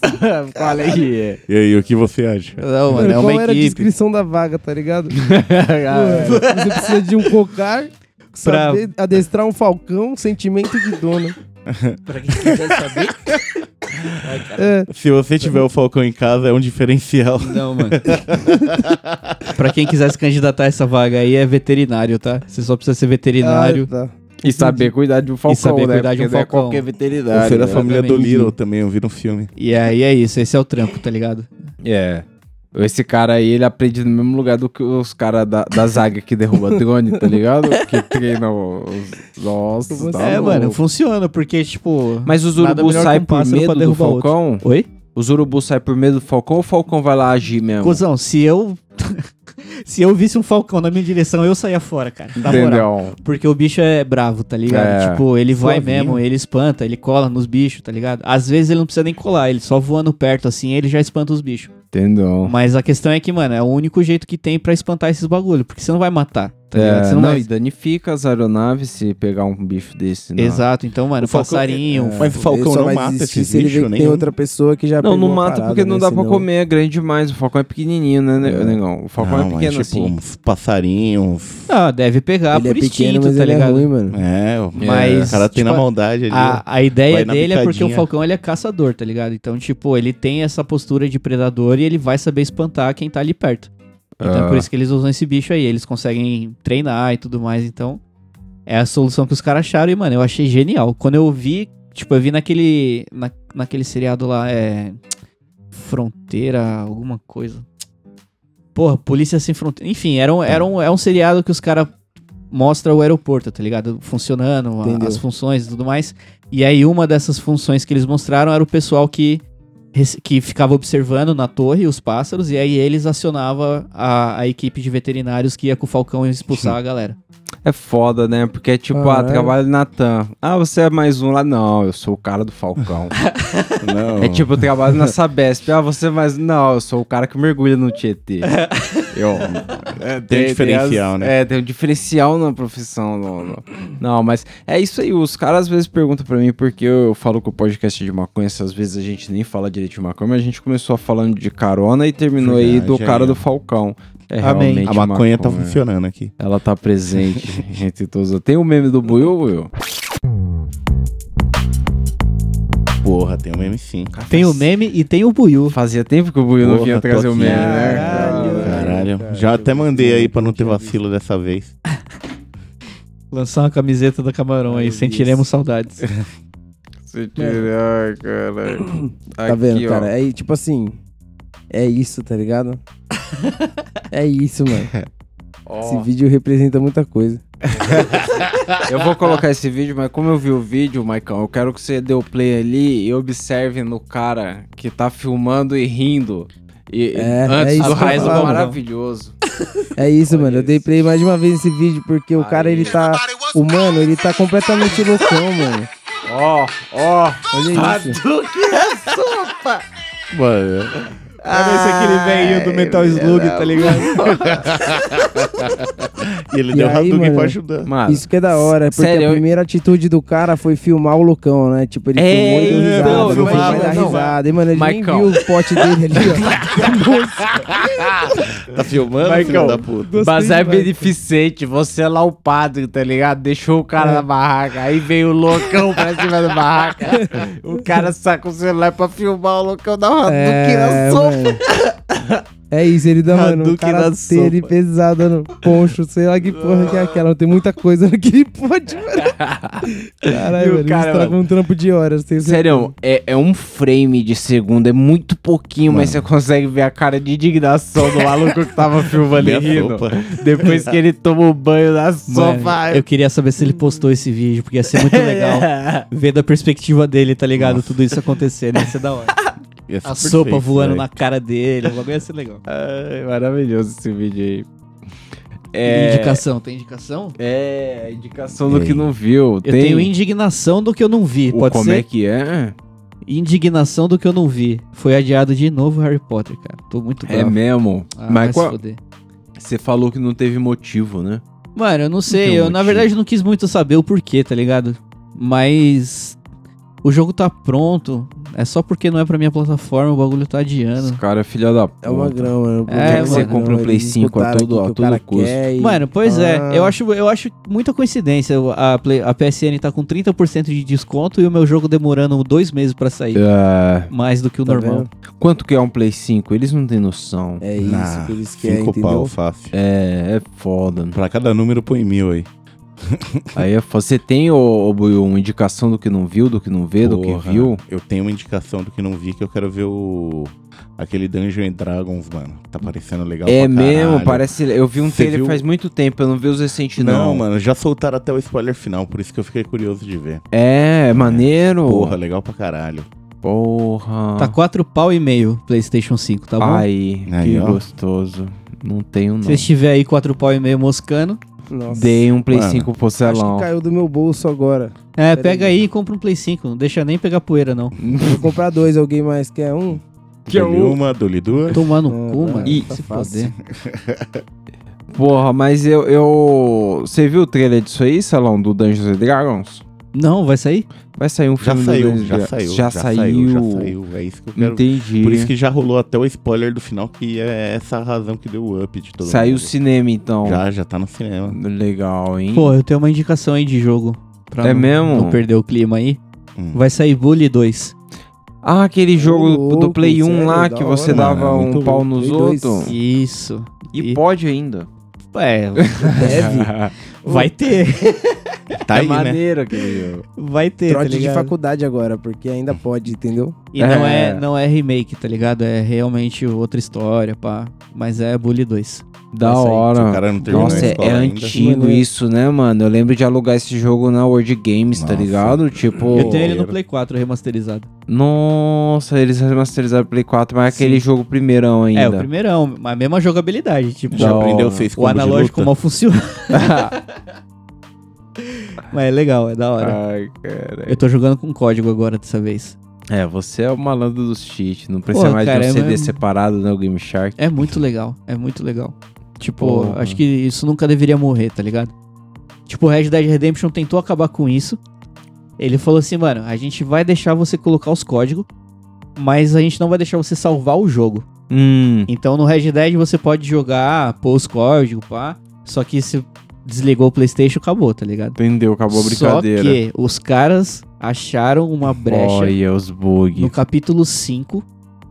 [SPEAKER 6] Fala aí.
[SPEAKER 4] E aí, o que você acha?
[SPEAKER 3] Não, mano, é
[SPEAKER 5] Mano,
[SPEAKER 3] uma
[SPEAKER 5] qual era a
[SPEAKER 3] equipe.
[SPEAKER 5] descrição da vaga, tá ligado? Porra, você precisa de um cocar, saber adestrar um falcão, sentimento de dono.
[SPEAKER 3] Pra quem quiser saber.
[SPEAKER 5] É,
[SPEAKER 4] Se você tiver o Falcão em casa, é um diferencial.
[SPEAKER 3] Não, mano. pra quem quiser se candidatar a essa vaga aí, é veterinário, tá? Você só precisa ser veterinário.
[SPEAKER 5] Ah, tá.
[SPEAKER 6] E saber cuidar de um falcão,
[SPEAKER 3] saber
[SPEAKER 6] né?
[SPEAKER 3] cuidar de um
[SPEAKER 6] Porque não é
[SPEAKER 3] falcão.
[SPEAKER 6] qualquer
[SPEAKER 4] Ou
[SPEAKER 6] veterinário.
[SPEAKER 4] ser a
[SPEAKER 6] né?
[SPEAKER 4] é família do
[SPEAKER 3] exatamente.
[SPEAKER 4] Little também, eu vi no filme.
[SPEAKER 3] E aí é isso, esse é o trampo, tá ligado?
[SPEAKER 6] É. Esse cara aí, ele aprende no mesmo lugar do que os caras da, da zaga que derruba drone, tá ligado? Que treinam os. Nossa, tá
[SPEAKER 3] é,
[SPEAKER 6] louco.
[SPEAKER 3] mano, funciona, porque, tipo.
[SPEAKER 6] Mas os
[SPEAKER 3] Nada
[SPEAKER 6] urubus
[SPEAKER 3] melhor
[SPEAKER 6] saem
[SPEAKER 3] que um
[SPEAKER 6] por
[SPEAKER 3] pássaro
[SPEAKER 6] medo
[SPEAKER 3] pra
[SPEAKER 6] do
[SPEAKER 3] derrubar outro.
[SPEAKER 6] falcão?
[SPEAKER 3] Oi?
[SPEAKER 6] Os urubus saem por medo do falcão ou o falcão vai lá agir mesmo?
[SPEAKER 3] Cusão, se eu. se eu visse um falcão na minha direção, eu saía fora, cara. Na moral.
[SPEAKER 6] Entendeu?
[SPEAKER 3] Porque o bicho é bravo, tá ligado?
[SPEAKER 6] É.
[SPEAKER 3] Tipo, ele vai
[SPEAKER 4] Suavinho.
[SPEAKER 3] mesmo, ele espanta, ele cola nos bichos, tá ligado? Às vezes ele não precisa nem colar, ele só voando perto assim, ele já espanta os bichos.
[SPEAKER 6] Entendeu?
[SPEAKER 3] Mas a questão é que, mano, é o único jeito que tem pra espantar esses bagulho, porque você não vai matar. tá ligado? Você não, vai-
[SPEAKER 6] e danifica as aeronaves se pegar um bicho desse. na-
[SPEAKER 3] Exato, então, mano,
[SPEAKER 4] O Falcão-
[SPEAKER 3] passarinho.
[SPEAKER 4] é, Mas o Falcão
[SPEAKER 5] Ele só
[SPEAKER 4] não
[SPEAKER 5] vai
[SPEAKER 4] mata
[SPEAKER 5] desistir
[SPEAKER 4] esses
[SPEAKER 5] se ele vê
[SPEAKER 4] bichos
[SPEAKER 5] que Tem
[SPEAKER 4] nenhum.
[SPEAKER 5] outra pessoa que já
[SPEAKER 6] Não,
[SPEAKER 5] pegou
[SPEAKER 6] não
[SPEAKER 5] a
[SPEAKER 6] mata
[SPEAKER 5] parada,
[SPEAKER 6] porque não
[SPEAKER 5] né?
[SPEAKER 6] dá pra
[SPEAKER 5] Senão-
[SPEAKER 6] comer, é grande demais. O Falcão é pequenininho, né, ne- negão? O Falcão é
[SPEAKER 4] Não, mas,
[SPEAKER 6] pequeno
[SPEAKER 4] tipo,
[SPEAKER 6] assim.
[SPEAKER 4] uns passarinhos.
[SPEAKER 3] Ah, deve pegar
[SPEAKER 5] Ele é
[SPEAKER 3] por
[SPEAKER 5] pequeno,
[SPEAKER 3] instinto,
[SPEAKER 5] mas
[SPEAKER 3] tá
[SPEAKER 5] ele é
[SPEAKER 3] ligado?
[SPEAKER 5] ruim, mano.
[SPEAKER 4] É, o-
[SPEAKER 6] Mas,
[SPEAKER 4] o cara tem
[SPEAKER 3] tipo,
[SPEAKER 4] na maldade ali. ó.
[SPEAKER 3] A, a ideia
[SPEAKER 4] Vai na
[SPEAKER 3] dele é porque o
[SPEAKER 4] picadinha.
[SPEAKER 3] Falcão ele é caçador, tá ligado? Então, tipo, ele tem essa postura de predador e ele vai saber espantar quem tá ali perto. Então,
[SPEAKER 6] Ah.
[SPEAKER 3] é por isso que eles usam esse bicho aí. Eles conseguem treinar e tudo mais. Então, é a solução que os caras acharam. E, mano, eu achei genial. Quando eu vi, tipo, eu vi naquele, na, naquele seriado lá, é. Fronteira, alguma coisa. Porra, Polícia Sem Fronteira. Enfim, era um, era um, é um seriado que os caras mostram o aeroporto, tá ligado? Funcionando, a-
[SPEAKER 5] Entendeu.
[SPEAKER 3] as funções e tudo mais. E aí, uma dessas funções que eles mostraram era o pessoal que, rece- que ficava observando na torre os pássaros, e aí eles acionavam a, a equipe de veterinários que ia com o Falcão expulsar a galera.
[SPEAKER 6] É foda, né? Porque é tipo, ah,
[SPEAKER 5] Caralho.
[SPEAKER 6] trabalho na TAM. Ah, você é mais um lá? Não, eu sou o cara do Falcão.
[SPEAKER 4] Não.
[SPEAKER 6] É tipo, eu trabalho na Sabesp. Ah, você é mais. Não, eu sou o cara que mergulha no Tietê. Eu, é,
[SPEAKER 4] Tem um diferencial,
[SPEAKER 6] as-
[SPEAKER 4] né?
[SPEAKER 6] É, tem um diferencial na profissão. no- no- Não, mas é isso aí. Os caras às vezes perguntam pra mim porque eu, eu falo que o podcast é de maconha, às vezes a gente nem fala direito de maconha, mas a gente começou falando de carona e terminou aí do
[SPEAKER 4] Verdade,
[SPEAKER 6] cara
[SPEAKER 4] aí, ó.
[SPEAKER 6] do Falcão. É né?
[SPEAKER 3] Amém.
[SPEAKER 6] realmente
[SPEAKER 4] a maconha tá funcionando aqui.
[SPEAKER 6] Ela tá presente entre todos. Tem o meme do Buiu, Will?
[SPEAKER 4] Porra, tem um meme sim.
[SPEAKER 3] Tem o meme e tem o Buiu.
[SPEAKER 6] Fazia tempo que o Buiu não
[SPEAKER 4] Porra,
[SPEAKER 6] vinha
[SPEAKER 4] tô
[SPEAKER 6] trazer o
[SPEAKER 4] aqui.
[SPEAKER 6] meme, né?
[SPEAKER 5] Caralho.
[SPEAKER 4] Caralho. Já até mandei aí pra não ter vacilo dessa vez.
[SPEAKER 3] Lançar uma camiseta do Camarão aí,
[SPEAKER 5] Ai,
[SPEAKER 3] sentiremos saudades.
[SPEAKER 6] Se tirar, caralho.
[SPEAKER 5] É. Tá vendo, cara? É tipo assim. É isso, tá ligado? é isso, mano. Esse vídeo representa muita coisa.
[SPEAKER 6] Eu vou colocar esse vídeo, mas como eu vi o vídeo, Maicão, eu quero que você dê o play ali e observe no cara que tá filmando e rindo. E,
[SPEAKER 5] É,
[SPEAKER 6] antes
[SPEAKER 5] é isso
[SPEAKER 6] do
[SPEAKER 5] que eu
[SPEAKER 6] raiz
[SPEAKER 5] falo.
[SPEAKER 6] maravilhoso.
[SPEAKER 5] É isso, mano. Eu
[SPEAKER 6] isso.
[SPEAKER 5] dei play mais de uma vez nesse vídeo porque o cara, ele tá. O mano, ele tá completamente loucão, mano.
[SPEAKER 6] Ó, ó.
[SPEAKER 5] Olha isso.
[SPEAKER 4] Mano,
[SPEAKER 3] Parece aquele velhinho do Metal Slug, tá ligado?
[SPEAKER 4] e ele
[SPEAKER 5] E
[SPEAKER 4] deu
[SPEAKER 5] aí,
[SPEAKER 4] Hadouken
[SPEAKER 5] mano?
[SPEAKER 4] pra ajudar.
[SPEAKER 6] Mano,
[SPEAKER 5] Isso que é da hora, porque
[SPEAKER 6] Sério, eu-
[SPEAKER 5] a primeira atitude do cara foi filmar o loucão, né? Tipo, ele
[SPEAKER 6] É,
[SPEAKER 5] filmou e deu
[SPEAKER 6] então,
[SPEAKER 5] risada, ele foi
[SPEAKER 4] filmava,
[SPEAKER 5] vai dar
[SPEAKER 6] não.
[SPEAKER 5] risada. E, mano, ele
[SPEAKER 6] Maicão.
[SPEAKER 5] nem viu o pote dele ali, ó.
[SPEAKER 4] Tá filmando, filho da puta?
[SPEAKER 6] Bazar é beneficente, você é lá o padre, tá ligado? Deixou o
[SPEAKER 5] É.
[SPEAKER 6] cara na barraca, aí veio o loucão pra cima da barraca. o cara saca o celular pra filmar o loucão da roda do que
[SPEAKER 5] É,
[SPEAKER 6] lançou.
[SPEAKER 5] mano. É isso, ele dá, mano, um
[SPEAKER 4] Hadouken na
[SPEAKER 5] karatê ali pesado no poncho, sei lá que porra que é aquela, tem muita coisa naquele pote, mano.
[SPEAKER 6] E o
[SPEAKER 5] Caralho, mano,
[SPEAKER 6] cara,
[SPEAKER 5] ele estragou um trampo de horas, tem
[SPEAKER 6] Sério, é, é um frame de segundo, é muito pouquinho, mas você consegue ver a cara de indignação do maluco que tava filmando e
[SPEAKER 4] Minha
[SPEAKER 6] rindo.
[SPEAKER 4] sopa.
[SPEAKER 6] Depois que ele toma o banho na
[SPEAKER 3] Mano,
[SPEAKER 6] sopa.
[SPEAKER 3] eu queria saber se ele postou esse vídeo, porque ia ser muito legal ver da perspectiva dele, tá ligado? Tudo isso acontecendo, ia ser da hora.
[SPEAKER 4] Ia ser
[SPEAKER 3] A
[SPEAKER 4] perfeito,
[SPEAKER 3] sopa voando
[SPEAKER 4] velho.
[SPEAKER 3] na cara dele, o bagulho ia ser legal.
[SPEAKER 6] Ai, maravilhoso esse vídeo aí.
[SPEAKER 3] E
[SPEAKER 6] É,
[SPEAKER 3] Indicação, tem indicação?
[SPEAKER 6] é a indicação do
[SPEAKER 4] E aí?
[SPEAKER 6] que não viu.
[SPEAKER 3] Eu
[SPEAKER 6] Tem
[SPEAKER 3] tenho indignação do que eu não vi,
[SPEAKER 6] o
[SPEAKER 3] pode
[SPEAKER 6] como
[SPEAKER 3] ser?
[SPEAKER 6] é que é?
[SPEAKER 3] Indignação do que eu não vi. Foi adiado de novo Harry Potter, cara. Tô muito
[SPEAKER 6] É
[SPEAKER 3] bravo.
[SPEAKER 6] mesmo.
[SPEAKER 3] Ah, vai
[SPEAKER 6] mas
[SPEAKER 3] se
[SPEAKER 6] qual-
[SPEAKER 3] foder.
[SPEAKER 6] você falou que não teve motivo, né?
[SPEAKER 3] Mano, eu não sei.
[SPEAKER 6] tem um
[SPEAKER 3] eu, na
[SPEAKER 6] motivo.
[SPEAKER 3] verdade, não quis muito saber o porquê, tá ligado? Mas... O jogo tá pronto. É só porque não é pra minha plataforma, o bagulho tá adiando.
[SPEAKER 6] Esse cara é filha da puta.
[SPEAKER 5] É uma grama, mano.
[SPEAKER 3] É,
[SPEAKER 5] Puta,
[SPEAKER 3] você
[SPEAKER 5] uma grama,
[SPEAKER 6] compra um Play
[SPEAKER 5] eles
[SPEAKER 6] 5 a
[SPEAKER 5] escutaram
[SPEAKER 6] todo-
[SPEAKER 5] aqui
[SPEAKER 6] a
[SPEAKER 5] que o cara
[SPEAKER 6] todo custo.
[SPEAKER 5] quer e-
[SPEAKER 3] Mano, pois
[SPEAKER 5] Ah.
[SPEAKER 3] é. Eu acho, eu acho muita coincidência a, Play- a PSN tá com 30% de desconto e o meu jogo demorando dois meses pra sair.
[SPEAKER 6] É,
[SPEAKER 3] Mais do que o
[SPEAKER 5] Tá
[SPEAKER 3] normal.
[SPEAKER 5] vendo?
[SPEAKER 6] quanto que é um Play 5? Eles não têm noção.
[SPEAKER 5] É isso
[SPEAKER 4] Nah,
[SPEAKER 5] que eles querem,
[SPEAKER 4] Cinco pau
[SPEAKER 5] entendeu?
[SPEAKER 4] fácil.
[SPEAKER 6] É, é foda.
[SPEAKER 4] Pra cada número põe mil aí.
[SPEAKER 6] Aí é foda. Você tem, ô, ô Buiu, uma indicação do que não viu, do que não vê, do que
[SPEAKER 4] Porra,
[SPEAKER 6] viu?
[SPEAKER 4] Eu tenho uma indicação do que não vi, que eu quero ver o... Aquele Dungeon and Dragons, mano. Tá parecendo legal
[SPEAKER 6] É
[SPEAKER 4] pra
[SPEAKER 6] mesmo,
[SPEAKER 4] caralho.
[SPEAKER 6] parece. Eu vi um
[SPEAKER 4] Você
[SPEAKER 6] trailer
[SPEAKER 4] viu?
[SPEAKER 6] faz muito tempo, eu não vi os recentes, não.
[SPEAKER 4] Não, mano, já soltaram até o spoiler final, por isso que eu fiquei curioso de ver.
[SPEAKER 6] É, é maneiro.
[SPEAKER 4] Porra, legal pra caralho.
[SPEAKER 6] Porra.
[SPEAKER 3] Tá quatro pau e meio PlayStation 5, tá bom?
[SPEAKER 6] Ah. Ai,
[SPEAKER 4] Aí,
[SPEAKER 6] que
[SPEAKER 4] ó.
[SPEAKER 6] gostoso. Não tenho, não.
[SPEAKER 3] Se estiver aí quatro pau e meio moscando,
[SPEAKER 5] Nossa.
[SPEAKER 6] Dei um Play
[SPEAKER 4] Mano,
[SPEAKER 6] 5 pro
[SPEAKER 5] Acho que
[SPEAKER 6] Celão.
[SPEAKER 5] caiu do meu bolso agora.
[SPEAKER 3] é,
[SPEAKER 5] Pera
[SPEAKER 3] pega
[SPEAKER 5] aí.
[SPEAKER 3] aí e compra um Play 5. Não deixa nem pegar poeira, não.
[SPEAKER 5] Vou comprar dois, alguém mais quer um?
[SPEAKER 6] Que é
[SPEAKER 4] Dou-lhe
[SPEAKER 6] o-
[SPEAKER 4] uma, dou-lhe duas.
[SPEAKER 3] Tomando
[SPEAKER 5] É,
[SPEAKER 3] cu,
[SPEAKER 5] é,
[SPEAKER 3] mano.
[SPEAKER 5] tá
[SPEAKER 3] se
[SPEAKER 5] fácil.
[SPEAKER 3] foder.
[SPEAKER 6] Porra, mas eu. eu... Você viu o trailer disso aí, Salão, do Dungeons and Dragons?
[SPEAKER 3] Não, vai sair?
[SPEAKER 6] Vai sair um
[SPEAKER 4] Já
[SPEAKER 6] filme do
[SPEAKER 4] saiu,
[SPEAKER 6] Dungeons
[SPEAKER 4] já
[SPEAKER 6] and Dragons.
[SPEAKER 4] saiu,
[SPEAKER 6] Já, saiu.
[SPEAKER 4] já saiu. É isso que eu quero.
[SPEAKER 6] Entendi.
[SPEAKER 4] Por isso que já rolou até o spoiler do final, que é essa a razão que deu o up de todo
[SPEAKER 6] saiu o
[SPEAKER 4] mundo.
[SPEAKER 6] cinema, então.
[SPEAKER 4] Já, já tá no cinema.
[SPEAKER 6] Legal, hein?
[SPEAKER 3] Pô, eu tenho uma indicação aí de jogo. Pra
[SPEAKER 6] É
[SPEAKER 3] não,
[SPEAKER 6] mesmo?
[SPEAKER 3] não perder o clima aí.
[SPEAKER 4] Hum.
[SPEAKER 3] Vai sair Bully 2.
[SPEAKER 6] Ah, aquele jogo
[SPEAKER 5] louco,
[SPEAKER 6] do Play 1
[SPEAKER 5] sério,
[SPEAKER 6] lá
[SPEAKER 5] da
[SPEAKER 6] que você
[SPEAKER 5] hora.
[SPEAKER 6] dava
[SPEAKER 4] Mano, é
[SPEAKER 6] um
[SPEAKER 4] muito
[SPEAKER 6] pau
[SPEAKER 4] louco.
[SPEAKER 6] nos
[SPEAKER 5] Play dois.
[SPEAKER 6] outros. E,
[SPEAKER 3] Isso. E-
[SPEAKER 6] pode ainda.
[SPEAKER 3] É,
[SPEAKER 5] Deve.
[SPEAKER 3] vai ter.
[SPEAKER 4] Tá
[SPEAKER 6] é
[SPEAKER 4] aí, né?
[SPEAKER 6] maneiro aquele jogo.
[SPEAKER 3] Vai ter, tá
[SPEAKER 5] Trote de
[SPEAKER 3] ligado?
[SPEAKER 5] faculdade agora, porque ainda pode, entendeu?
[SPEAKER 3] E não é,
[SPEAKER 6] É.
[SPEAKER 3] não é remake, tá ligado? É realmente outra história, pá. Mas é Bully 2.
[SPEAKER 6] Da
[SPEAKER 3] Essa aí,
[SPEAKER 4] Se o
[SPEAKER 6] hora.
[SPEAKER 4] cara não terminou
[SPEAKER 6] Nossa,
[SPEAKER 4] a
[SPEAKER 6] é,
[SPEAKER 4] escola
[SPEAKER 6] é
[SPEAKER 4] ainda.
[SPEAKER 6] antigo
[SPEAKER 5] Maneiro.
[SPEAKER 6] isso, né, mano? Eu lembro de alugar esse jogo na World Games, tá
[SPEAKER 4] Nossa.
[SPEAKER 6] ligado? Tipo.
[SPEAKER 3] eu tenho ele no
[SPEAKER 4] maneiro.
[SPEAKER 3] Play 4 remasterizado.
[SPEAKER 6] Nossa, eles remasterizaram o Play 4, mas é aquele jogo primeirão ainda.
[SPEAKER 3] É, o primeirão, a mesma jogabilidade. Tipo,
[SPEAKER 4] Já
[SPEAKER 6] Da
[SPEAKER 4] aprendeu
[SPEAKER 6] hora.
[SPEAKER 4] seis
[SPEAKER 3] o
[SPEAKER 4] combos de
[SPEAKER 3] analógico
[SPEAKER 4] luta?
[SPEAKER 3] mal funciona. Mas é legal, é da hora.
[SPEAKER 6] Ai, cara.
[SPEAKER 3] Eu tô jogando com código agora dessa vez.
[SPEAKER 6] É, você é o malandro dos cheats. Não precisa
[SPEAKER 3] Pô,
[SPEAKER 6] mais
[SPEAKER 3] cara,
[SPEAKER 6] de
[SPEAKER 3] é
[SPEAKER 6] um CD
[SPEAKER 3] mesmo.
[SPEAKER 6] separado, né? O Game Shark.
[SPEAKER 3] É muito legal, é muito legal. Tipo,
[SPEAKER 6] Porra.
[SPEAKER 3] acho que isso nunca deveria morrer, tá ligado? Tipo, o Red Dead Redemption tentou acabar com isso. Ele falou assim, mano, a gente vai deixar você colocar os códigos, mas a gente não vai deixar você salvar o jogo.
[SPEAKER 6] Hum.
[SPEAKER 3] Então no Red Dead você pode jogar, pôr os códigos, pá. Só que se desligou o Playstation, acabou, tá ligado?
[SPEAKER 6] Entendeu? Acabou a brincadeira.
[SPEAKER 3] Só que os caras acharam uma brecha
[SPEAKER 6] Olha os bugs.
[SPEAKER 3] no capítulo 5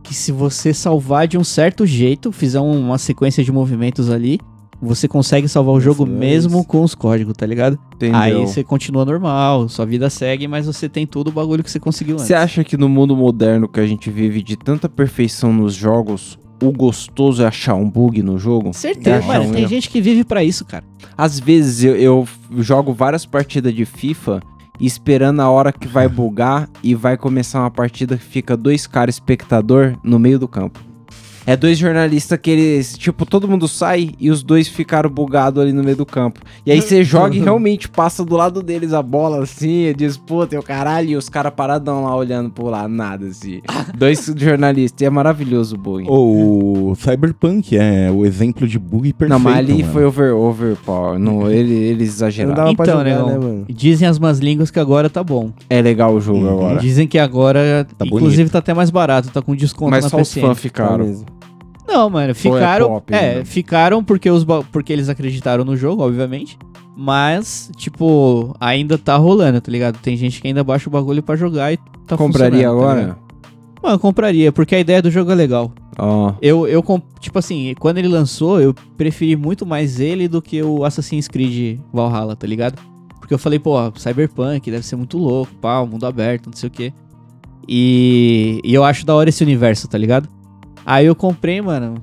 [SPEAKER 3] que se você salvar de um certo jeito, fizer um, uma sequência de movimentos ali, você consegue salvar o jogo
[SPEAKER 6] Nossa, é
[SPEAKER 3] mesmo
[SPEAKER 6] isso.
[SPEAKER 3] com os códigos, tá ligado?
[SPEAKER 6] Entendeu?
[SPEAKER 3] Aí você continua normal, sua vida segue, mas você tem todo o bagulho que você conseguiu antes.
[SPEAKER 6] Você acha que no mundo moderno que a gente vive de tanta perfeição nos jogos, o gostoso é achar um bug no jogo?
[SPEAKER 3] Certeza,
[SPEAKER 6] Você acha
[SPEAKER 3] mano.
[SPEAKER 6] um
[SPEAKER 3] Tem
[SPEAKER 6] erro?
[SPEAKER 3] gente que vive pra isso, cara.
[SPEAKER 6] Às vezes eu, eu jogo várias partidas de FIFA esperando a hora que vai bugar e vai começar uma partida que fica dois caras espectador no meio do campo. É dois jornalistas que eles, tipo, todo mundo sai e os dois ficaram bugados ali no meio do campo. E aí você joga e realmente passa do lado deles a bola assim, e diz, puta, eu caralho, e os caras paradão lá olhando por lá, nada assim. Dois jornalistas, e é maravilhoso o bug.
[SPEAKER 4] O Cyberpunk é o exemplo de bug perfeito.
[SPEAKER 6] Não, mas ali
[SPEAKER 4] mano.
[SPEAKER 6] foi over, overpower, não, ele, eles
[SPEAKER 5] Não
[SPEAKER 6] exageraram.
[SPEAKER 5] dava pra
[SPEAKER 3] Então,
[SPEAKER 5] jogar,
[SPEAKER 3] negão.
[SPEAKER 5] né, mano?
[SPEAKER 3] Dizem as más línguas que agora tá bom.
[SPEAKER 6] É legal o jogo
[SPEAKER 4] Uhum.
[SPEAKER 6] agora.
[SPEAKER 3] Dizem que agora,
[SPEAKER 4] Tá
[SPEAKER 3] inclusive,
[SPEAKER 4] bonito.
[SPEAKER 3] tá até mais barato, tá com desconto
[SPEAKER 6] Mas
[SPEAKER 3] na
[SPEAKER 6] só os
[SPEAKER 3] PSN.
[SPEAKER 6] fãs
[SPEAKER 5] Tá
[SPEAKER 6] ficaram.
[SPEAKER 5] mesmo.
[SPEAKER 3] Não, mano, ficaram.
[SPEAKER 6] pop
[SPEAKER 3] é,
[SPEAKER 6] ainda.
[SPEAKER 3] ficaram porque, os, ba- porque eles acreditaram no jogo, obviamente. Mas, tipo, ainda tá rolando, tá ligado? Tem gente que ainda baixa o bagulho pra jogar e tá funcionando,
[SPEAKER 6] Compraria
[SPEAKER 3] tá
[SPEAKER 6] agora?
[SPEAKER 3] ligado? Mano, eu compraria, porque a ideia do jogo é legal.
[SPEAKER 6] Ó.
[SPEAKER 3] Eu, eu, com- tipo assim, quando ele lançou, eu preferi muito mais ele do que o Assassin's Creed Valhalla, tá ligado? Porque eu falei, pô, Cyberpunk deve ser muito louco, pá, o mundo aberto, não sei o quê. E, e eu acho da hora esse universo, tá ligado? Aí eu comprei, mano.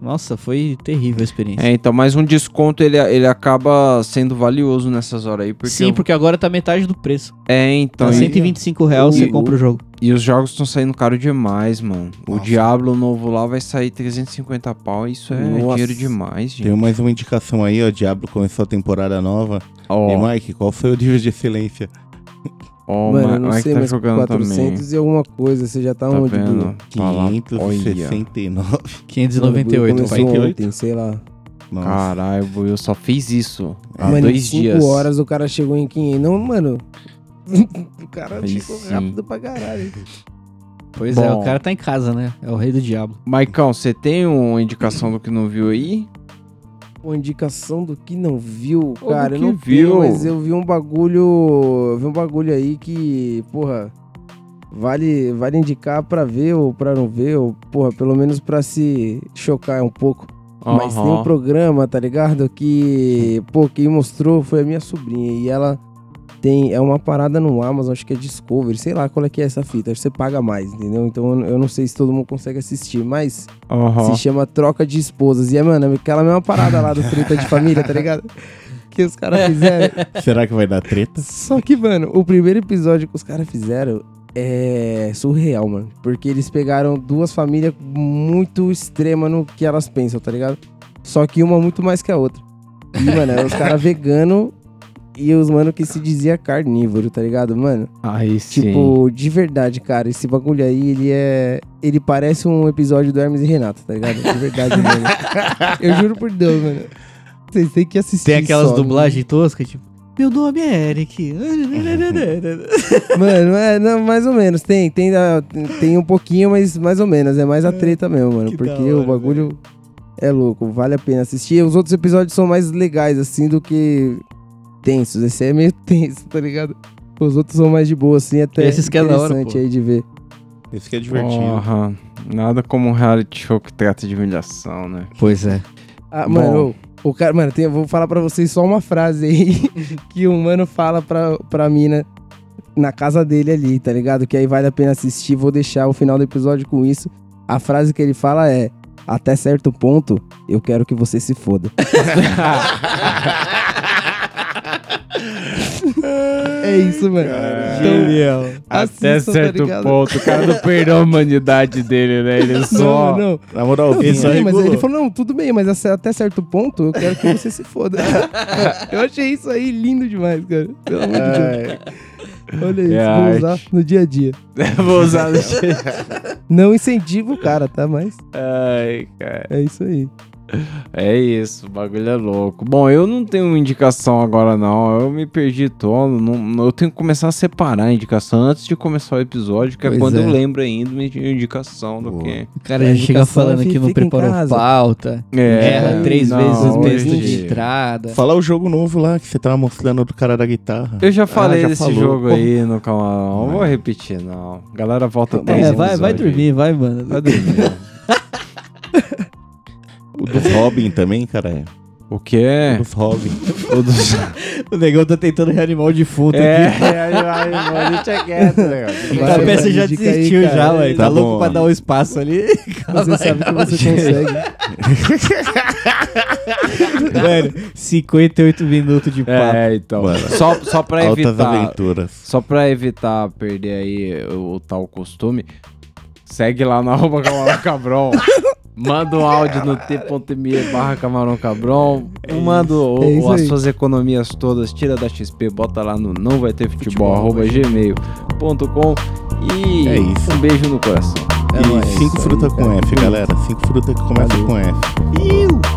[SPEAKER 3] Nossa, foi terrível a experiência.
[SPEAKER 6] É, então, mas um desconto ele, ele acaba sendo valioso nessas horas aí. Porque
[SPEAKER 3] Sim,
[SPEAKER 6] eu-
[SPEAKER 3] porque agora tá metade do preço.
[SPEAKER 6] É,
[SPEAKER 3] Tá
[SPEAKER 6] então.
[SPEAKER 3] R$
[SPEAKER 6] e-
[SPEAKER 3] 125 reais, você
[SPEAKER 6] E-
[SPEAKER 3] compra o jogo.
[SPEAKER 6] E os jogos estão saindo caro demais, mano. O
[SPEAKER 4] Nossa.
[SPEAKER 6] Diablo novo lá vai sair 350 pau. Isso é
[SPEAKER 5] Nossa. um-
[SPEAKER 6] dinheiro demais, gente.
[SPEAKER 4] Tem mais uma indicação aí, ó. Diablo começou a temporada nova.
[SPEAKER 6] Ó,
[SPEAKER 4] E Mike, qual foi o nível de excelência?
[SPEAKER 6] ó,
[SPEAKER 5] Mano, eu
[SPEAKER 6] o
[SPEAKER 5] não
[SPEAKER 6] Mike
[SPEAKER 5] sei,
[SPEAKER 6] tá
[SPEAKER 5] mas
[SPEAKER 6] jogando
[SPEAKER 5] 400
[SPEAKER 6] também.
[SPEAKER 5] e alguma coisa, você já tá,
[SPEAKER 6] Tá
[SPEAKER 5] onde, Bruno?
[SPEAKER 6] vendo? Tá lá. Olha.
[SPEAKER 4] 569.
[SPEAKER 5] Mano, o
[SPEAKER 3] 598,
[SPEAKER 5] Bruno
[SPEAKER 3] pai.
[SPEAKER 5] começou
[SPEAKER 4] 48.
[SPEAKER 5] ontem, sei lá.
[SPEAKER 4] Nossa.
[SPEAKER 6] Caralho, Bui, eu só fiz isso há
[SPEAKER 5] mano, em
[SPEAKER 6] Ah, dois
[SPEAKER 5] cinco
[SPEAKER 6] dias.
[SPEAKER 5] horas o cara chegou em 500. Não, mano. o cara
[SPEAKER 6] Aí
[SPEAKER 5] chegou
[SPEAKER 6] sim.
[SPEAKER 5] rápido pra caralho.
[SPEAKER 3] Pois é,
[SPEAKER 6] Bom.
[SPEAKER 3] o cara tá em casa, né? É o rei do diabo.
[SPEAKER 6] Maicão, você tem uma indicação do que não viu aí?
[SPEAKER 5] Uma indicação do que não viu,
[SPEAKER 6] do
[SPEAKER 5] cara. Eu
[SPEAKER 6] que
[SPEAKER 5] não
[SPEAKER 6] viu.
[SPEAKER 5] viu, mas eu vi um bagulho. Eu vi um bagulho aí que, porra, vale, vale indicar pra ver ou pra não ver, ou, porra, pelo menos pra se chocar um pouco. Mas tem um
[SPEAKER 6] Aham.
[SPEAKER 5] programa, tá ligado? Que, pô, quem mostrou foi a minha sobrinha. E ela tem. É uma parada no Amazon, acho que é Discovery, sei lá qual é que é essa fita. Acho que você paga mais, entendeu? Então eu- eu não sei se todo mundo consegue assistir, mas
[SPEAKER 6] Aham.
[SPEAKER 5] se chama Troca de Esposas. E é, mano, aquela mesma parada lá do Treta de Família, tá ligado? Que os caras fizeram.
[SPEAKER 4] Será que vai dar treta?
[SPEAKER 5] Só que, mano, o primeiro episódio que os caras fizeram é surreal, mano. Porque eles pegaram duas famílias muito extremas no que elas pensam, tá ligado? Só que uma muito mais que a outra. E, mano, é os caras vegano e os mano que se dizia carnívoro, tá ligado, mano?
[SPEAKER 6] Aí sim.
[SPEAKER 5] Tipo, de verdade, cara, esse bagulho aí, ele é. Ele parece um episódio do Hermes e Renato, tá ligado? De verdade, mano. Eu juro por Deus, mano. Vocês têm que assistir.
[SPEAKER 3] Tem aquelas
[SPEAKER 5] só,
[SPEAKER 3] dublagens toscas, tipo, meu nome é Eric.
[SPEAKER 5] Mano, é, não, mais ou menos. Tem, tem, a- tem um pouquinho, mas mais ou menos. É mais a treta mesmo, mano.
[SPEAKER 3] que
[SPEAKER 5] Porque
[SPEAKER 3] da hora,
[SPEAKER 5] o bagulho é louco. Vale a pena assistir. Os outros episódios são mais legais, assim, do que tensos. Esse é meio tenso, tá ligado? Os outros são mais de boa, assim, até
[SPEAKER 3] Esses que é da hora,
[SPEAKER 5] interessante
[SPEAKER 3] pô.
[SPEAKER 5] aí de ver.
[SPEAKER 4] Esse que é divertido.
[SPEAKER 6] Porra, nada como um reality show que trata de humilhação, né?
[SPEAKER 3] pois é.
[SPEAKER 5] Ah,
[SPEAKER 6] Bom.
[SPEAKER 5] mano, o, o cara, mano, tem- eu vou falar pra vocês só uma frase aí que um mano fala pra, pra mina na casa dele ali, tá ligado? Que aí vale a pena assistir, vou deixar o final do episódio com isso. A frase que ele fala é: Até certo ponto, eu quero que você se foda. é isso, mano. Então,
[SPEAKER 3] Genial.
[SPEAKER 6] Até
[SPEAKER 5] assistam, tá
[SPEAKER 6] certo
[SPEAKER 5] ligado?
[SPEAKER 6] ponto, o cara não perdeu a humanidade dele, né? Ele só.
[SPEAKER 5] Não, não.
[SPEAKER 4] Na moral,
[SPEAKER 5] Não,
[SPEAKER 4] ele
[SPEAKER 5] tudo
[SPEAKER 4] só
[SPEAKER 5] bem, mas
[SPEAKER 4] regulou.
[SPEAKER 5] ele falou, não, tudo bem, mas ace- até certo ponto eu quero que você se foda. eu achei isso aí lindo demais, cara. Pelo amor de Deus. Olha isso,
[SPEAKER 6] É
[SPEAKER 5] vou usar
[SPEAKER 6] arte.
[SPEAKER 5] no dia a dia.
[SPEAKER 6] Vou usar.
[SPEAKER 5] Não incentivo o cara, tá? Mas
[SPEAKER 6] Ai, cara.
[SPEAKER 5] é isso aí.
[SPEAKER 6] É isso, o bagulho é louco. Bom, eu não tenho indicação agora, não. Eu me perdi todo. não- não- eu tenho que começar a separar a indicação antes de começar o episódio, que é
[SPEAKER 3] Pois
[SPEAKER 6] quando
[SPEAKER 3] é.
[SPEAKER 6] eu lembro ainda de indicação do
[SPEAKER 4] Boa.
[SPEAKER 6] que.
[SPEAKER 3] O cara já chega falando que não
[SPEAKER 5] Fica em
[SPEAKER 3] preparou
[SPEAKER 5] casa.
[SPEAKER 3] pauta.
[SPEAKER 6] É,
[SPEAKER 3] erra três
[SPEAKER 6] não,
[SPEAKER 3] vezes o
[SPEAKER 6] hoje-
[SPEAKER 3] texto de entrada.
[SPEAKER 4] Falar o jogo novo lá que você tava mostrando do cara da guitarra.
[SPEAKER 6] Eu já falei
[SPEAKER 4] já
[SPEAKER 6] desse
[SPEAKER 4] falou.
[SPEAKER 6] jogo
[SPEAKER 4] Pô.
[SPEAKER 6] aí no canal. Não vou repetir, não. Galera volta três
[SPEAKER 3] É, vai, vai
[SPEAKER 6] episódios.
[SPEAKER 3] dormir, vai, mano.
[SPEAKER 6] Vai dormir.
[SPEAKER 4] O dos Robin também, cara.
[SPEAKER 6] o quê?
[SPEAKER 4] O dos Robin.
[SPEAKER 6] O
[SPEAKER 3] O
[SPEAKER 6] do...
[SPEAKER 3] negão tá tentando reanimar o
[SPEAKER 6] É.
[SPEAKER 3] defunto
[SPEAKER 6] deixa é quieto, né,
[SPEAKER 3] O
[SPEAKER 5] É. Vai,
[SPEAKER 3] cabeça
[SPEAKER 5] vai,
[SPEAKER 3] Tá, já
[SPEAKER 5] indica aí,
[SPEAKER 3] desistiu
[SPEAKER 5] cara.
[SPEAKER 3] já, velho. Tá,
[SPEAKER 4] Tá
[SPEAKER 3] louco
[SPEAKER 4] bom.
[SPEAKER 3] pra dar um espaço ali.
[SPEAKER 5] Você sabe que você consegue.
[SPEAKER 3] velho, 58 minutos de papo.
[SPEAKER 6] É, então.
[SPEAKER 4] Mano.
[SPEAKER 6] Só, só pra
[SPEAKER 4] Altas
[SPEAKER 6] evitar.
[SPEAKER 4] aventuras.
[SPEAKER 6] Só pra evitar perder aí o, o tal costume, segue lá no arroba Camarão Cabron. Manda um áudio no t.me barra Camarão Cabron. Manda o-
[SPEAKER 5] é isso
[SPEAKER 6] as
[SPEAKER 5] aí.
[SPEAKER 6] suas economias todas, tira da XP, bota lá no não vai ter futebol, arroba gmail.com. E
[SPEAKER 4] É isso.
[SPEAKER 6] um beijo no coração. tá.
[SPEAKER 4] E cinco frutas com F, galera. Cinco frutas que começam com F.